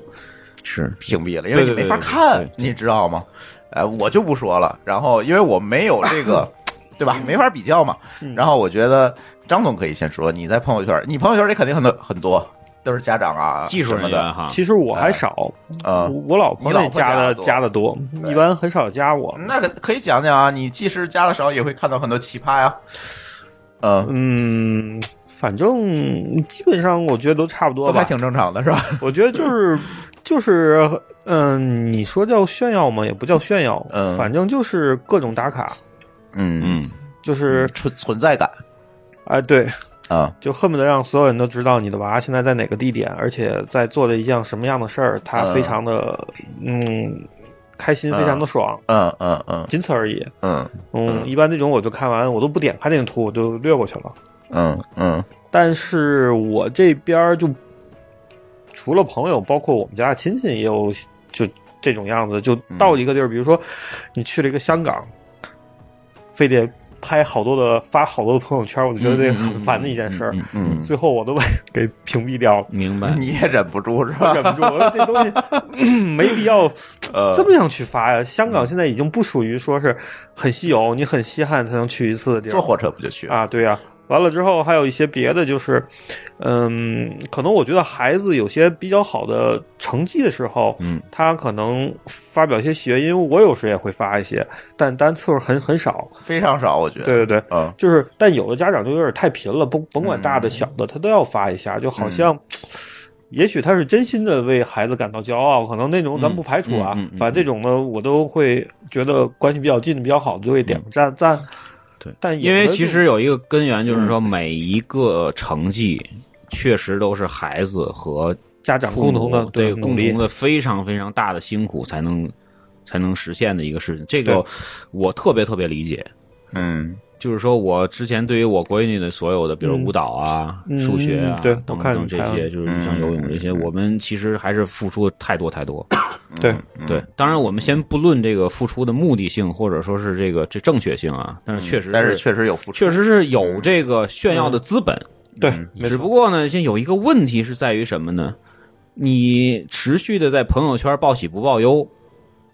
是
屏蔽了，因为你
对对对
没法
对
看
对，对
你知道吗？哎，我就不说了。然后因为我没有这个， 对吧？没法比较嘛。
嗯
然后我觉得张总可以先说，你在朋友圈，你朋友圈里肯定很多很多都是家长啊，
技术
什么
人
的
员，哈，
其实我还少，我
嗯。
我老婆
你老
那
婆
加
加得
的
多嗯
加的多，
对
一般很少加我。
那个可以讲讲啊，你即使加了少，也会看到很多奇葩呀。嗯，
嗯，反正基本上我觉得都差不
都
多
还
吧。
挺正常的，是吧？
我觉得 就是就是，嗯，你说叫炫耀吗？也不叫炫耀，
嗯
反正就是各种打卡，
嗯
嗯，
就是
存存在感
哎、对，
啊，
就恨不得让所有人都知道你的娃现在在哪个地点，而且在做的一件什么样的事儿，他
嗯
非常的嗯开心，
嗯
非常的爽，
嗯嗯嗯
仅此而已。
嗯
嗯，
嗯
一般这种我就看完，我都不点开那个图，我就略过去了。
嗯嗯
但是我这边儿就除了朋友，包括我们家的亲戚也有就这种样子，就到一个地儿，比如说你去了一个香港，非得拍好多的发好多的朋友圈，我就觉得这个很烦的一件事儿。
嗯嗯嗯嗯
嗯，
最后我都被给屏蔽掉了，
明白。
你也忍不住是吧？
忍不住，我说这东西嗯 没必要
呃
这么想去发呀。香
嗯
港现在已经不属于说是很稀有，你很稀罕才能去一次的地 儿
坐。火车不就去了？
啊，对呀、完了之后还有一些别的，就是，嗯，可能我觉得孩子有些比较好的成绩的时候，
嗯，
他可能发表一些喜悦，因为我有时也会发一些，但单次数很很少。
非常少，我觉得。
对对对，
嗯
就是，但有的家长就有点太贫了，甭甭管大
嗯
的小的，他都要发一下，就好像。也许他是真心的为孩子感到骄傲，可能那种咱不排除啊，
嗯嗯嗯嗯
反正这种呢，我都会觉得关系比较近的、比较好的就会点个赞赞。
对，
但有
因为
的
其
就
实有一个根源，就是说每一个成绩
嗯
确实都是孩子和
家长
父母
共同的
对
努
共
力
同的非常非常大的辛苦才能才能实现的一个事情。这
对
个我特别特别理解。
嗯
就是说我之前对于我闺女的所有的，比如
嗯
舞蹈啊、
嗯
数学啊
对
等
我看
等这
你
嗯
看
些，就是像游泳这些，我们其实还是付出太多太多。
对
嗯
对，当然我们先不论这个付出的目的性，或者说是这个这正确性啊，但是确实
嗯但是确实有付出，
确实是有这个炫耀的资本，
嗯
嗯
对，没
只
错，
不过呢，现在有一个问题是在于什么呢？你持续的在朋友圈报喜不报忧，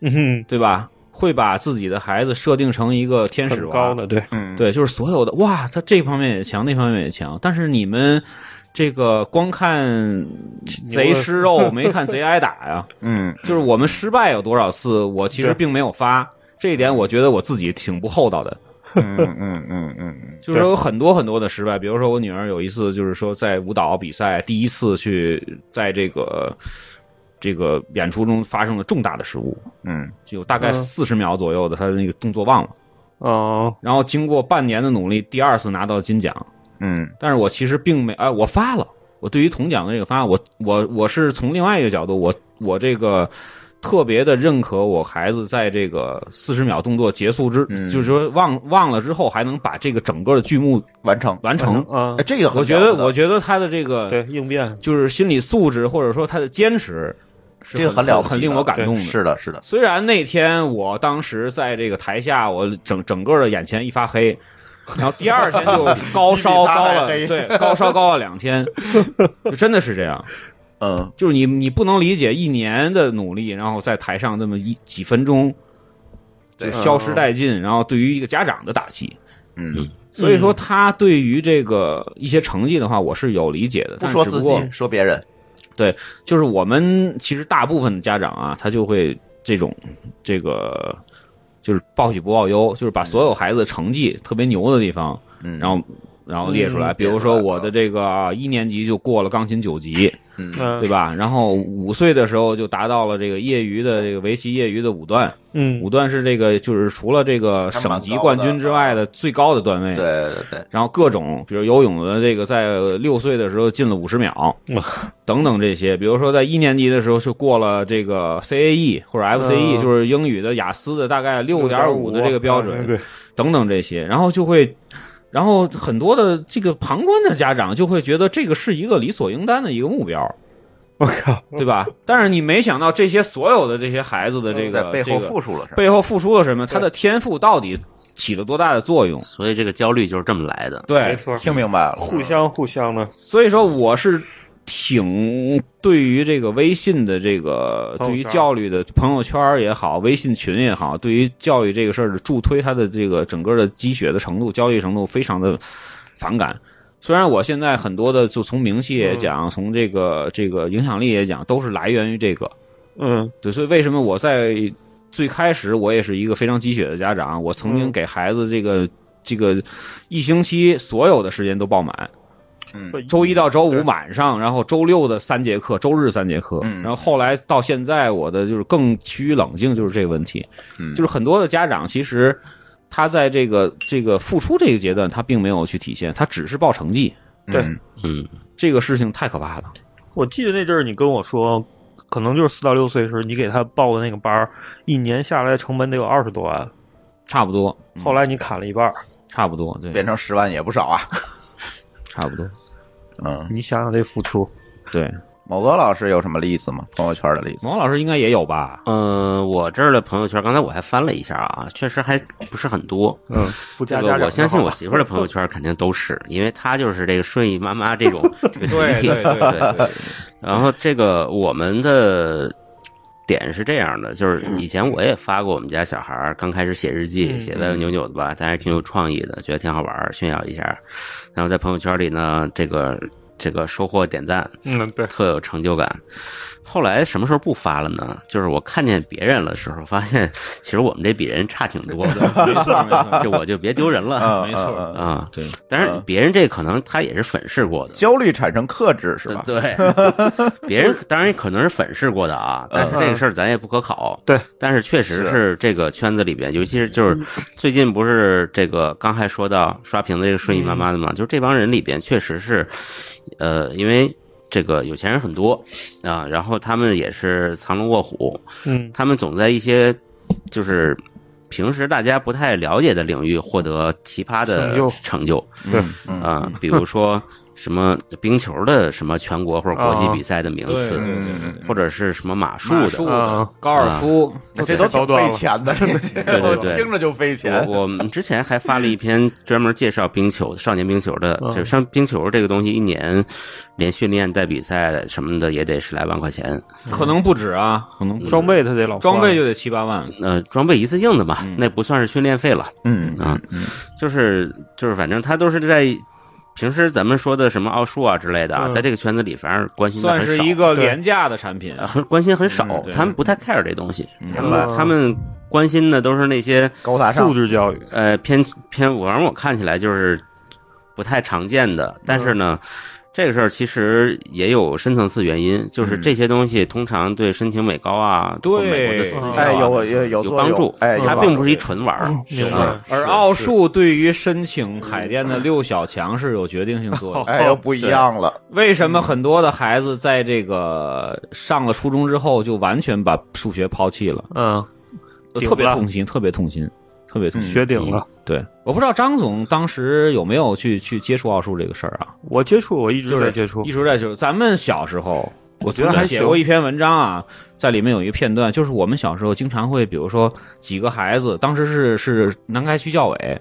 嗯哼，
对吧？会把自己的孩子设定成一个天使
很
娃
高的，对，
嗯，
对，就是所有的哇，他这方面也强，那方面也强，但是你们这个光看贼吃肉，没看贼挨打呀。
嗯
就是我们失败有多少次，我其实
对
并没有发，这一点我觉得我自己挺不厚道的。
嗯嗯嗯嗯嗯
就是有很多很多的失败，比如说我女儿有一次就是说在舞蹈比赛第一次去在这个这个演出中发生了重大的失误，
嗯
就有大概
嗯
四十秒左右的她的那个动作忘了，
嗯，
然后经过半年的努力，第二次拿到金奖，
嗯
但是我其实并没哎，我发了，我对于铜奖的这个发，我我我是从另外一个角度，我我这个特别的认可我孩子在这个四十秒动作结束之，
嗯
就是说忘忘了之后，还能把这个整个的剧目
完成。
完成。
啊
哎，，这个很
我觉
了
得，
不
我觉得他的这个
对，应变，
就是心理素质，或者说他的坚持，是
这个
很
很了不起的
很令我感动的。
是的，是的，
虽然那天我当时在这个台下，我整整个的眼前一 发黑，然后第二天就高烧
一米八
高
还
了，
黑
对，高烧高了两天， 就真的是这样。
嗯
就是你你不能理解一年的努力，然后在台上那么一几分钟就
对
消失殆尽，然后对于一个家长的打击。
嗯，
所以说，他对于这个一些成绩的话，我是有理解的，
不
但
说
只不
自
过
己，说别人，
就是我们其实大部分的家长啊，他就会这种这个就是报喜不报忧，就是把所有孩子的成绩特别牛的地方，
嗯，
然后然后列出来，
嗯
比如说我的这个啊一年级就过了钢琴九级，
嗯
嗯，
对吧？然后五岁的时候就达到了这个业余的这个围棋业余的五段，
嗯
五，段是这个就是除了这个省级冠军之外的最高的段位。
对。对对，
然后各种，比如游泳的这个，在六岁的时候进了五十秒
哇，
等等这些。比如说在一年级的时候是过了这个 CAE 或者 FCE，、
嗯
就是英语的雅思的大概六点五的这个标准，
对，
等等这些，然后就会。然后很多的这个旁观的家长就会觉得这个是一个理所应当的一个目标，
我靠，
对吧？但是你没想到这些所有的这些孩子的这个
在背后
这个
付出了是吧？
背后付出了什么，他的天赋到底起了多大的作用？
所以这个焦虑就是这么来的。
对，
没错，
听明白了，
互相互相的，
所以说我是挺对于这个微信的这个
朋友圈
对于教育的朋友圈也好，微信群也好，对于教育这个事儿的助推它的这个整个的积雪的程度、交易程度非常的反感。虽然我现在很多的就从名气也讲，从这个这个影响力也讲，都是来源于这个。
嗯
对，所以为什么我在最开始我也是一个非常积雪的家长，我曾经
嗯
给孩子这个、这个一星期所有的时间都报满，
嗯
周一到周五
对
晚上，然后周六的三节课，周日三节课，
嗯
然后后来到现在，我的就是更趋于冷静，就是这个问题，
嗯
就是很多的家长其实他在这个这个付出这个阶段，他并没有去体现，他只是报成绩，
对
嗯
嗯，
这个事情太可怕了。
我记得那阵儿你跟我说，可能就是四到六岁的时候，你给他报的那个班儿，一年下来成本得有二十多万，
差不多，
后来你砍了一半儿，
差不多，对，
变成十万也不少啊。
差不多，
嗯，
你想想这付出，
对。
某个老师有什么例子吗？朋友圈的例子？
王老师应该也有吧？
呃，我这儿的朋友圈，刚才我还翻了一下啊，确实还不是很多。
嗯，不
这
加
个
家长
我相信
的
我
话
媳妇儿的朋友圈肯定都是，因为她就是这个顺义妈妈这种这 个群体。
对，
然后这个我们的点是这样的，就是以前我也发过我们家小孩儿刚开始写日记，
嗯
写的扭扭的吧，但是挺有创意的，觉得挺好玩儿，炫耀一下。然后在朋友圈里呢，这个这个收获点赞，
嗯，对，
特有成就感。后来什么时候不发了呢？就是我看见别人的时候， 发现其实我们这比人差挺多的，
没错没错，
这我就别丢人了
嗯
没错
嗯嗯
啊。
对，
但是别人这可能他也是粉饰过的，
焦虑产生克制是吧？
呃对，别人当然可能是粉饰过的啊，但是这个事儿咱也不可考。
对，
但是确实是这个圈子里边，尤其是就是最近不是这个刚还说到刷屏的这个顺义妈妈的嘛，就是这帮人里边确实是，呃，因为。这个有钱人很多啊，然后他们也是藏龙卧虎，
嗯
他们总在一些就是平时大家不太了解的领域获得奇葩的
成就
成就
嗯
对
嗯
啊、比如说什么冰球的什么全国或者国际比赛的名
对
次，
对
嗯
对
或者是什么马术
马
的。
术
啊
的、高尔夫，
这都挺费钱的，这些
对
我
对对
听着就费钱。
我我们之前还发了一篇专门介绍冰球、少年冰球的，
嗯
就上冰球这个东西，一年连训练带比赛什么的也得十来万块钱。
可能不止啊，可能不止
对嗯装备他得老
装备
换嗯
就得七八万。
呃，装备一次性的嘛，那不算是训练费了。
嗯
啊，就是就是，反正他都是在平时咱们说的什么奥数啊之类的啊，
嗯
在这个圈子里，反而关心的
算
很
是
少
一个
对
廉价的产品
呃，很关心很少
嗯，
对
他们不太 care 这东西，他
明白
们他们关心的都是那些
高大
素
上，嗯
质教育，
呃偏偏，我让我看起来就是不太常见的，但是呢。这个事儿其实也有深层次原因，就是
嗯
这些东西通常对申请美高啊，
对
或美国的私校啊
哎，有有有
有
作
帮
用
助，
哎，有
它
帮
并
助嗯
不是一纯玩儿，
明白
啊。
而奥数对于申请海淀的六小强是有决定性作 用。
哎，又不一样了。
为什么很多的孩子在这个上了初中之后就完全把数学抛弃了？
嗯，顶
特别
了嗯
痛心，特别痛心，特别痛心。
学顶了。
对，我不知道张总当时有没有去去接触奥数这个事儿啊？
我接触，我一直
就
在
是
接触
一，直在就是咱们小时候，我
觉得
曾经
还
写
行
过一篇文章啊，在里面有一个片段，就是我们小时候经常会，比如说几个孩子，当时是是南开区教委，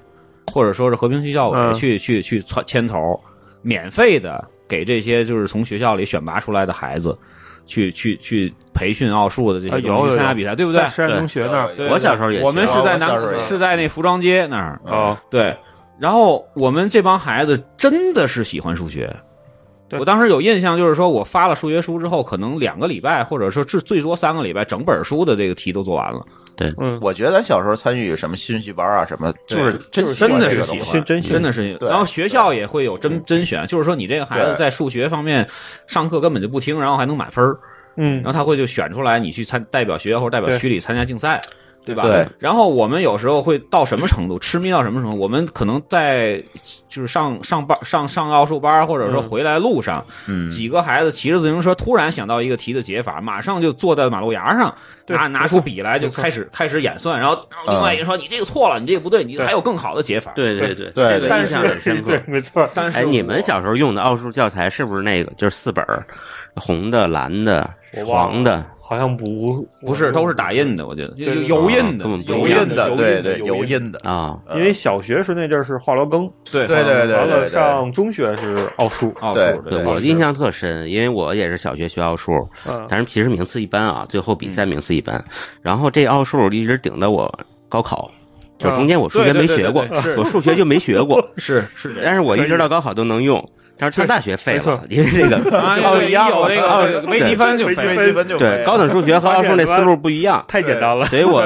或者说是和平区教委、
嗯
去去去窜牵头，免费的给这些就是从学校里选拔出来的孩子，去去去培训奥数的这
啊
些
有
东西，
有
参加
有
比赛，对不对
在？山中学那儿
对
我小时候也
我们
学
是
哦
在
我小
南
时候也
是在那服装街那儿，
哦，
对，然后我们这帮孩子真的是喜欢数学。
对
我当时有印象，就是说我发了数学书之后，可能两个礼拜，或者说是最多三个礼拜，整本书的这个题都做完了。
嗯，
我觉得小时候参与什么兴趣班啊，什么就是真喜欢
真的
这
是
个
喜
东西
欢，
是真喜欢
真的是。
对
然后学校也会有甄甄选，就是说你这个孩子
对
在数学方面上课根本就不听，然后还能满分儿
嗯
然后他会就选出来你去参代表学校或者代表区里参加竞赛，对吧？
对。
然后我们有时候会到什么程度，痴迷到什么程度？我们可能在就是上上班上上奥数班，或者说
嗯
回来路上，
嗯
几个孩子骑着自行车，突然想到一个题的解法，马上就坐在马路牙上，
对
拿
没错
拿出笔来就开始开始演算，然后然后另外一个人说你这个错了，你这个不对，你
对
还有更好的解法。
对对对
对
这个
对
印象很深刻
对，。没错，
但是
哎，
我
你们小时候用的奥数教材是不是那个就是四本儿，红的、蓝的、
我忘了
黄的？
好像不
不是都是打印的，我觉得有
对对
油印
啊
的
根本不
油
一样
印的，
油
对
印的
对，
油
有
印
印的，
啊，
嗯
因为小学时那阵儿是话痨羹，
对哦
对对对
完
对
了
对，
上中学是奥数，
奥数
对
对我印象特深，因为我也是小学学奥数，
嗯，
但是其实名次一般啊，最后比赛名次一般。然后这奥数一直顶到我高考，就中间我数学没学过
对对对对对，是
我数学就没学过，
是是这样
但是我一直到高考都能用。但是上大学废
没错
了，因为 这个
啊，
奥
有
一样
有
了
那个这个微积分就
微积
废
分
了。
积分就
对高等数学和奥数那思路不一样，
太简单了，
所以我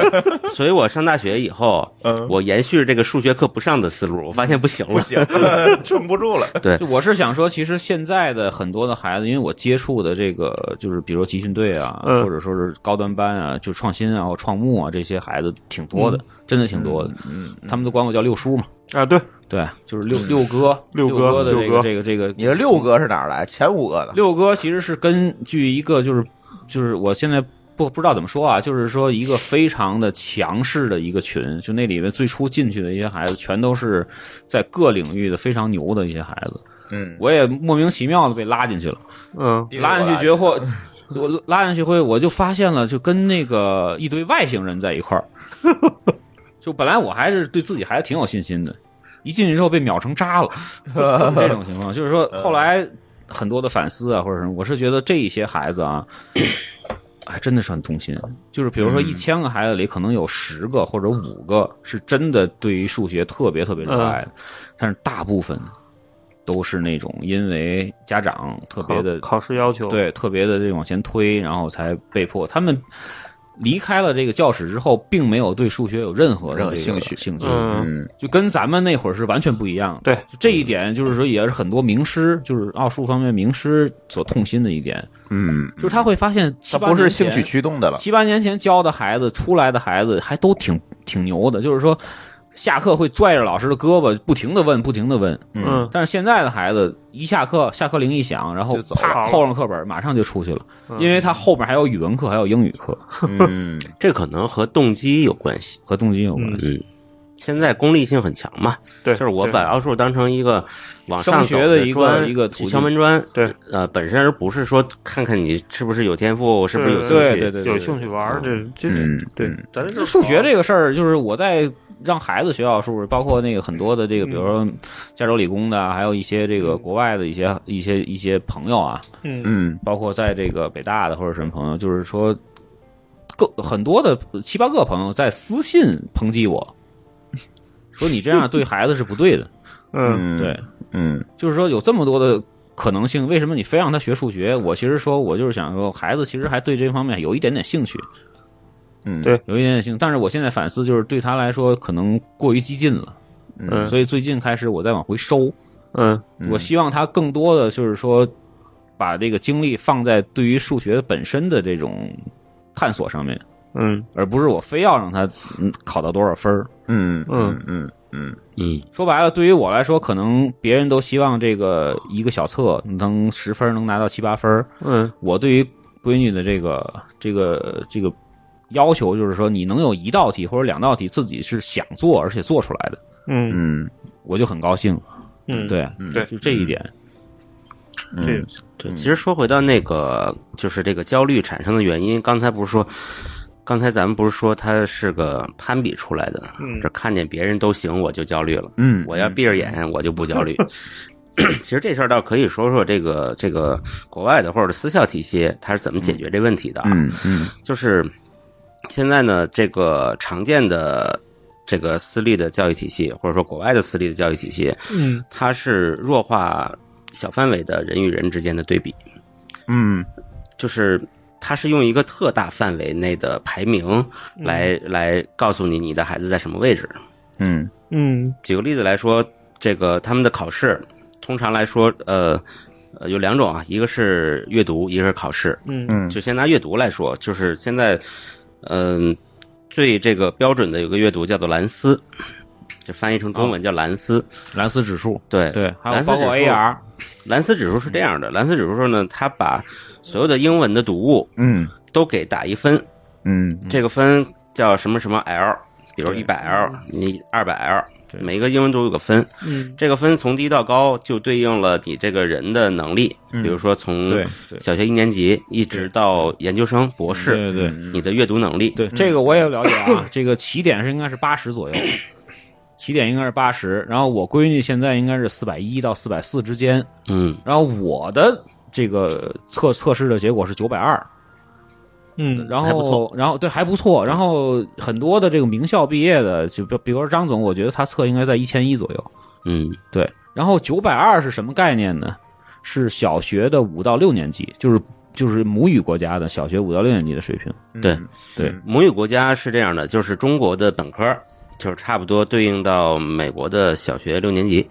所以我上大学以后，
嗯
我延续这个数学课不上的思路，我发现不行了
不。行， 撑不住了。
就我是想说，其实现在的很多的孩子，因为我接触的这个就是，比如说集训队啊，
嗯
或者说是高端班啊，就创新啊、或创牧啊这些孩子挺多的，真的挺多的。
嗯，
他们都管我叫六叔嘛，
啊，对，
对，就是六六哥，
嗯六
六
哥
的这
六哥
个这个这个
你这六哥是哪儿来？前五个的，
六哥其实是根据一个就是就是我现在不不知道怎么说啊，就是说一个非常的强势的一个群，就那里面最初进去的一些孩子，全都是在各领域的非常牛的一些孩子，
嗯，
我也莫名其妙的被拉进去了，
嗯，
第六
拉
个
进去绝 货。我拉进去会，我就发现了，就跟那个一堆外星人在一块 儿。就本来我还是对自己还挺有信心的，一进去之后被秒成 渣了，这种情况。就是说，后来很多的反思啊，或者什么，我是觉得这一些孩子啊，还真的是很痛心。啊就是比如说，
嗯
一千个孩子里，可能有十个或者五个是真的对于数学特别特别热爱的，
嗯
但是大部分都是那种因为家长特别
考
的
考试要求，，
对，特别的这往前推，然后才被迫他们离开了这个教室之后，并没有对数学有任何的
任何
这个
兴趣
兴趣，
嗯，
嗯
就跟咱们那会儿是完全不一样的。
对，
这一点就是说，也是很多名师，就是奥数方面名师所痛心的一点，
嗯，
就是他会发现七
他
八
不是
年
兴
前
趣驱动的了，
七八年前教的孩子，出来的孩子还都挺挺牛的，就是说下课会拽着老师的胳膊，不停的问，不停的问。
嗯，
但是现在的孩子一下课，下课铃一响，然后
就走
啪
了
扣上课本，马上就出去了，
嗯
因为他后面还有语文课，还有英语课，
嗯，
这可能和动机有关系。
和动机有关系。
嗯，现在功利性很强嘛，
嗯对，
就是我
对
把奥数当成一个往上
升
走
学的一个
砖
一个途
去
径
敲门砖，
对，
呃，本身而不是说看看你是不是有天赋，是不是有兴趣，
对对对
有兴趣玩儿，这这
嗯
对
嗯，
咱这
数学这个事儿，就是我在让孩子学奥数，包括那个很多的这个，
嗯
比如说加州理工的，还有一些这个国外的一些一些一些朋友啊，
嗯
嗯
包括在这个北大的或者什么朋友，就是说，各很多的七八个朋友在私信抨击我，说你这样对孩子是不对的。
嗯
嗯，
对，
嗯
就是说有这么多的可能性，为什么你非让他学数学？我其实说，我就是想说，孩子其实还对这方面有一点点兴趣，
嗯，
对
有一点点兴趣。但是我现在反思，就是对他来说可能过于激进了，
嗯
所以最近开始我在往回收。
嗯
嗯
我希望他更多的就是说，把这个精力放在对于数学本身的这种探索上面，
嗯
而不是我非要让他嗯考到多少分儿。
嗯
嗯
嗯嗯
嗯，
说白了，对于我来说，可能别人都希望这个一个小测能十分儿能拿到七八分儿，
嗯
我对于闺女的这个这个这个要求，就是说你能有一道题或者两道题自己是想做而且做出来的，
嗯
嗯
我就很高兴。
嗯，
对，
对
就这一点。
嗯，
这
对。其实说回到那个，就是这个焦虑产生的原因，刚才不是说。刚才咱们不是说他是个攀比出来的，
嗯
这看见别人都行，我就焦虑了。
嗯，
我要闭着眼，我就不 焦虑。其实这事儿倒可以说说这个这个国外的或者私校体系，它是怎么解决这问题的啊？
嗯嗯
就是现在呢，这个常见的这个私立的教育体系，或者说国外的私立的教育体系，
嗯
它是弱化小范围的人与人之间的对比，
嗯
就是它是用一个特大范围内的排名来、来告诉你你的孩子在什么位置。
嗯
嗯
举个例子来说，这个他们的考试，通常来说，呃，呃有两种啊，一个是阅读，一个是考试。
嗯
嗯，
就先拿阅读来说，就是现在，嗯、最这个标准的有个阅读叫做蓝思，就翻译成中文叫蓝思。
蓝思指数，
对
哦对，还有
蓝思
包括
指数
AR，
蓝思指数是这样的，蓝思指数呢，它把所有的英文的读物
嗯
都给打一分，
嗯
这个分叫什么什么 L，比如
对嗯
一百 L，你二百 L，
对
每一个英文都有个分。
嗯
这个分从低到高就对应了你这个人的能力，
嗯
比如说从
对对
小学一年级一直到研究生、博士，
对对
你的阅读能力。
对，这个我也了解啊。 这个起点是应该是八十左右， 起点应该是八十，然后我闺女现在应该是四百一到四百四之间，
嗯，
然后我的这个测测试的结果是九百二，
嗯
然
还不
后，然后对还不错，然后很多的这个名校毕业的，就比比如说张总，我觉得他测应该在一千一左右，
嗯
对。然后九百二是什么概念呢？是小学的五到六年级，就是就是母语国家的小学五到六年级的水平。
嗯
对
对
母语国家是这样的，就是中国的本科就是差不多对应到美国的小学六年级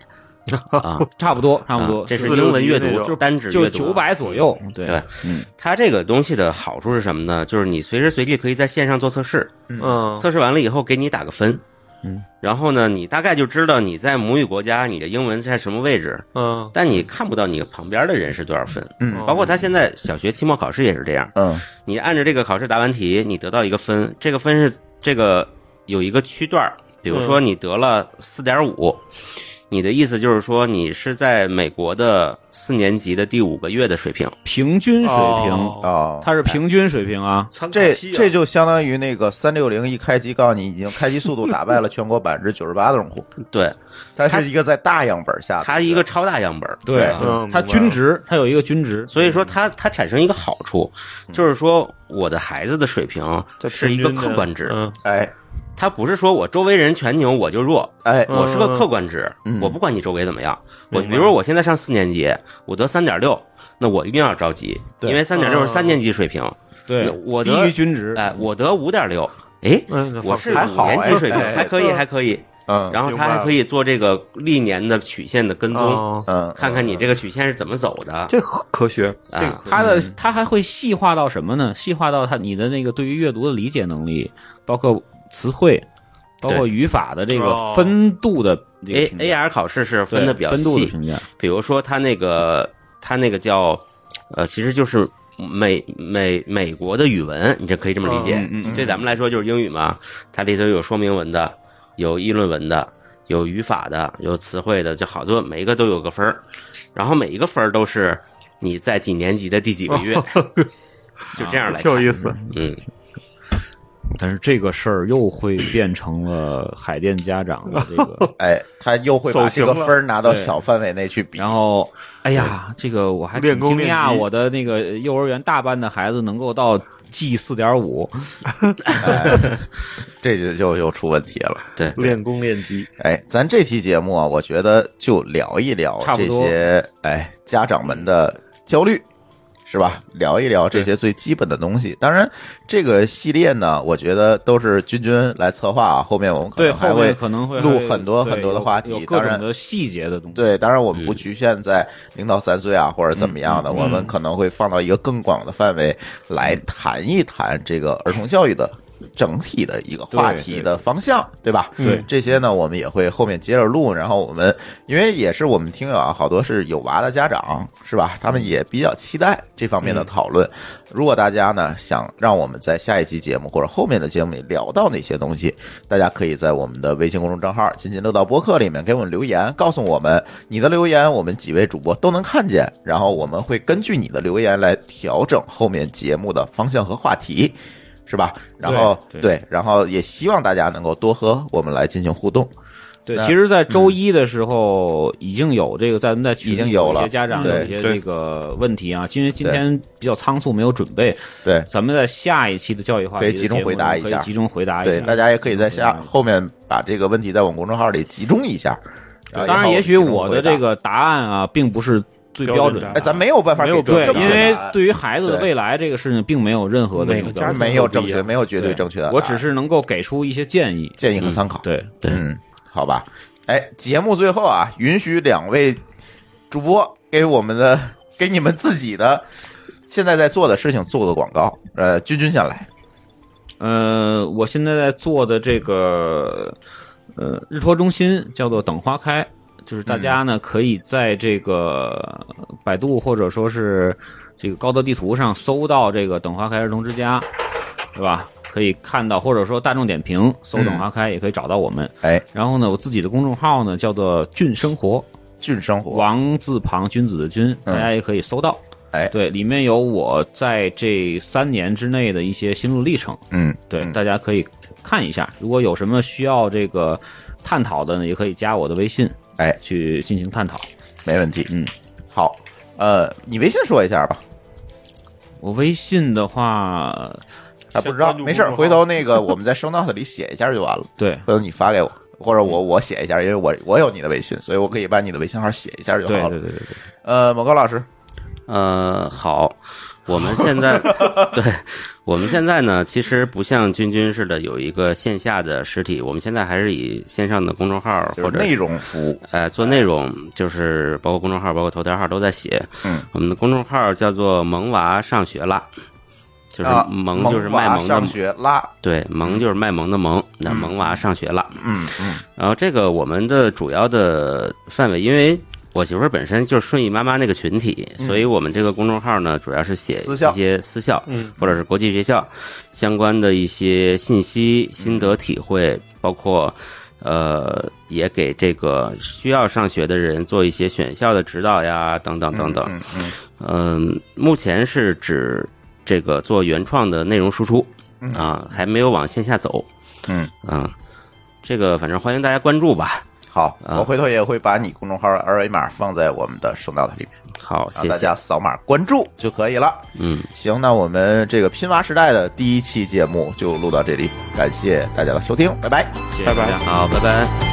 啊，
差不多，差不多，
啊这是
四六
英文
级
阅
那
读，
种
是单指
就
阅读啊
九百左右。对
对，
嗯，
它这个东西的好处是什么呢？就是你随时随地可以在线上做测试，
嗯
测试完了以后给你打个分，
嗯，
然后呢，你大概就知道你在母语国家你的英文在什么位置，
嗯
但你看不到你旁边的人是多少分。
嗯
包括他现在小学期末考试也是这样，
嗯
你按照这个考试答完题，你得到一个分，这个分是这个有一个区段儿，比如说你得了四点五，你的意思就是说你是在美国的四年级的第五个月的水平。
平均水平，
哦
哦，
它是平均水平啊。
这这就相当于那个三六零一开机，告诉你已经开机速度打 败了全国百分之九十八的用户，
对，
它是一个在大样本下的，
它一个超大样本儿。
对啊
嗯
哦明白
它
了
均值，它有一个均值，
所以说它它产生一个好处，就是说我的孩子的水平是一个客观值，
嗯
哎
它不是说我周围人全牛我就弱，
哎
嗯
我是个客观值，
嗯
我不管你周围怎么样。我
明
比
白
如说我现在上四年级，我得三点六，那我一定要着急，
对
因为三点六是三年级水平。
对
那，我
低
得
于均值。
哎，我得五点六，哎，
嗯那
我
放
是
还
五
好
年级水平
哎，
还可以，
嗯
还可以。
嗯
然后
明
他
白
还
了
可以做这个历年的曲线的跟踪，
哦
嗯，
看看你这个曲线是怎么走的。
这科学
啊，
它的它还会细化到什么呢？细化到它你的那个对于阅读的理解能力，包括词汇，包括
对
语法的这个
哦
分度的这个
A
评价
A R 考试是
对
分的比较
分度的
细，
评价。
比如说他那个他那个叫呃，其实就是美美美国的语文，你这可以这么理解。
嗯嗯嗯
对咱们来说就是英语嘛，它里头有说明文的，有议论文的，有语法的，有词汇的，就好多，每一个都有个分儿，然后每一个分儿都是你在几年级的第几个月，就这 样来
挺有
看，
意思。
嗯，
但是这个事儿又会变成了海淀家长的这 个，
哎，他又会把这个分儿拿到小范围内去比。
然后，哎呀，这个我还挺
练功
惊
练
讶，
级
我的那个幼儿园大班的孩子能够到 G 四点五，
这就就又出问题了。
对，
练功练级，
哎，咱这期节目啊，我觉得就聊一聊
差不
这
多
些哎家长们的焦虑，是吧？聊一聊这些最基本的东西。当然，这个系列呢，我觉得都是君君来策划啊，后面我们可
对，
能还
后
会
面可能会
录很多
对
很多的
有
话题
有各
当然
种的细节的东西。
对，当然我们不局限在零到三岁啊，或者怎么样的，我们可能会放到一个更广的范围来谈一谈这个儿童教育的整体的一个话题的方向，对嗯吧？
对
这些呢，我们也会后面接着录。然后我们因为也是我们听友啊，好多是有娃的家长，是吧？他们也比较期待这方面的讨论。如果大家呢想让我们在下一期节目或者后面的节目里聊到哪些东西，大家可以在我们的微信公众账号“津津乐道播客”里面给我们留言，告诉我们你的留言，我们几位主播都能看见，然后我们会根据你的留言来调整后面节目的方向和话题，是吧？然后
对对
对，然后也希望大家能够多和我们来进行互动。
对，
那嗯
其实，在周一的时候已经有这个在在群里
已经有了
一些家长
对
有一些
对
这个问题啊，因为今天比较仓促，没有准备，
对
咱们在下一期的教育话题
可以
的
集中
节目
回答一
可以
下
集中回答一
对，
下。
大家也可以在下
嗯
后面把这个问题在我们公众号里集中一下。
对
后
当然，也许
集中
我的
回答
这，个答案啊，并不是最
标
标
准
准的
答
哎，
答
咱
案。
没有办法
没
给
有
正
标
确
对
准，
答
因
案
为对于孩子的
对
未来这个事情，并没有任何的
每
这
个
个
家
标
长
准，
没有正确，
对
没有绝对正确的答案，
我只是能够给出一些建议。
建议和参考。
对，
对
嗯，好吧。哎，节目最后啊，允许两位主播给我们的、 给你们自己的现在在做的事情做个广告。呃，君君先来。
呃，我现在在做的这个呃日托中心叫做“等花开”，就是大家呢、可以在这个百度或者说是这个高德地图上搜到这个“等花开儿童之家”，对吧？可以看到，或者说大众点评搜“等花开”也可以找到我们。
哎，
然后呢，我自己的公众号呢叫做“俊生活”，
俊生活，
王字旁君子的君，大家也可以搜到。
哎
对，里面有我在这三年之内的一些心路历程，
嗯，
对，
嗯
大家可以看一下。如果有什么需要这个探讨的呢，也可以加我的微信，
哎
去进行探讨。
没问题。
嗯，
好。呃，你微信说一下吧。
我微信的话，
啊，不知道，
关注
没事儿，
公众号
回头那个 我们在 show note 里写一下就完了。
对
回头你发给我，或者
嗯
我我写一下，因为我我有你的微信，所以我可以把你的微信号写一下就
对
好
对
了。
对对对，
呃，某高老师，
呃，好，我们现在 对，我们现在呢，其实不像君君似的有一个线下的实体，我们现在还是以线上的公众号
就
或
是
者
内容服务，
呃，做内容就是包括公众号、包括头条号都在写。
嗯，
我们的公众号叫做“萌娃上学啦”，就是
啊
萌就是卖
娃
萌的
上，学拉，
对，萌就是卖萌的萌，那萌娃上学啦。
嗯嗯，
然后这个我们的主要的范围，因为我媳妇儿本身就是顺义妈妈那个群体，所以我们这个公众号呢，主要是写
嗯私校
一些私校
嗯，
或者是国际学校相关的一些信息、心
嗯
得体会，包括。呃，也给这个需要上学的人做一些选校的指导呀，等等等等。
嗯嗯
嗯，目前是指这个做原创的内容输出
嗯
啊，还没有往线下走。
嗯
啊，这个反正欢迎大家关注吧。
好，
啊
我回头也会把你公众号二维码放在我们的收到的里面，
好，
让
谢
大
谢
家。扫码关注就可以了。
嗯，
行，那我们这个拼娃时代的第一期节目就录到这里，感谢大家的收听，拜拜。
谢谢
拜拜
大家
好，拜拜。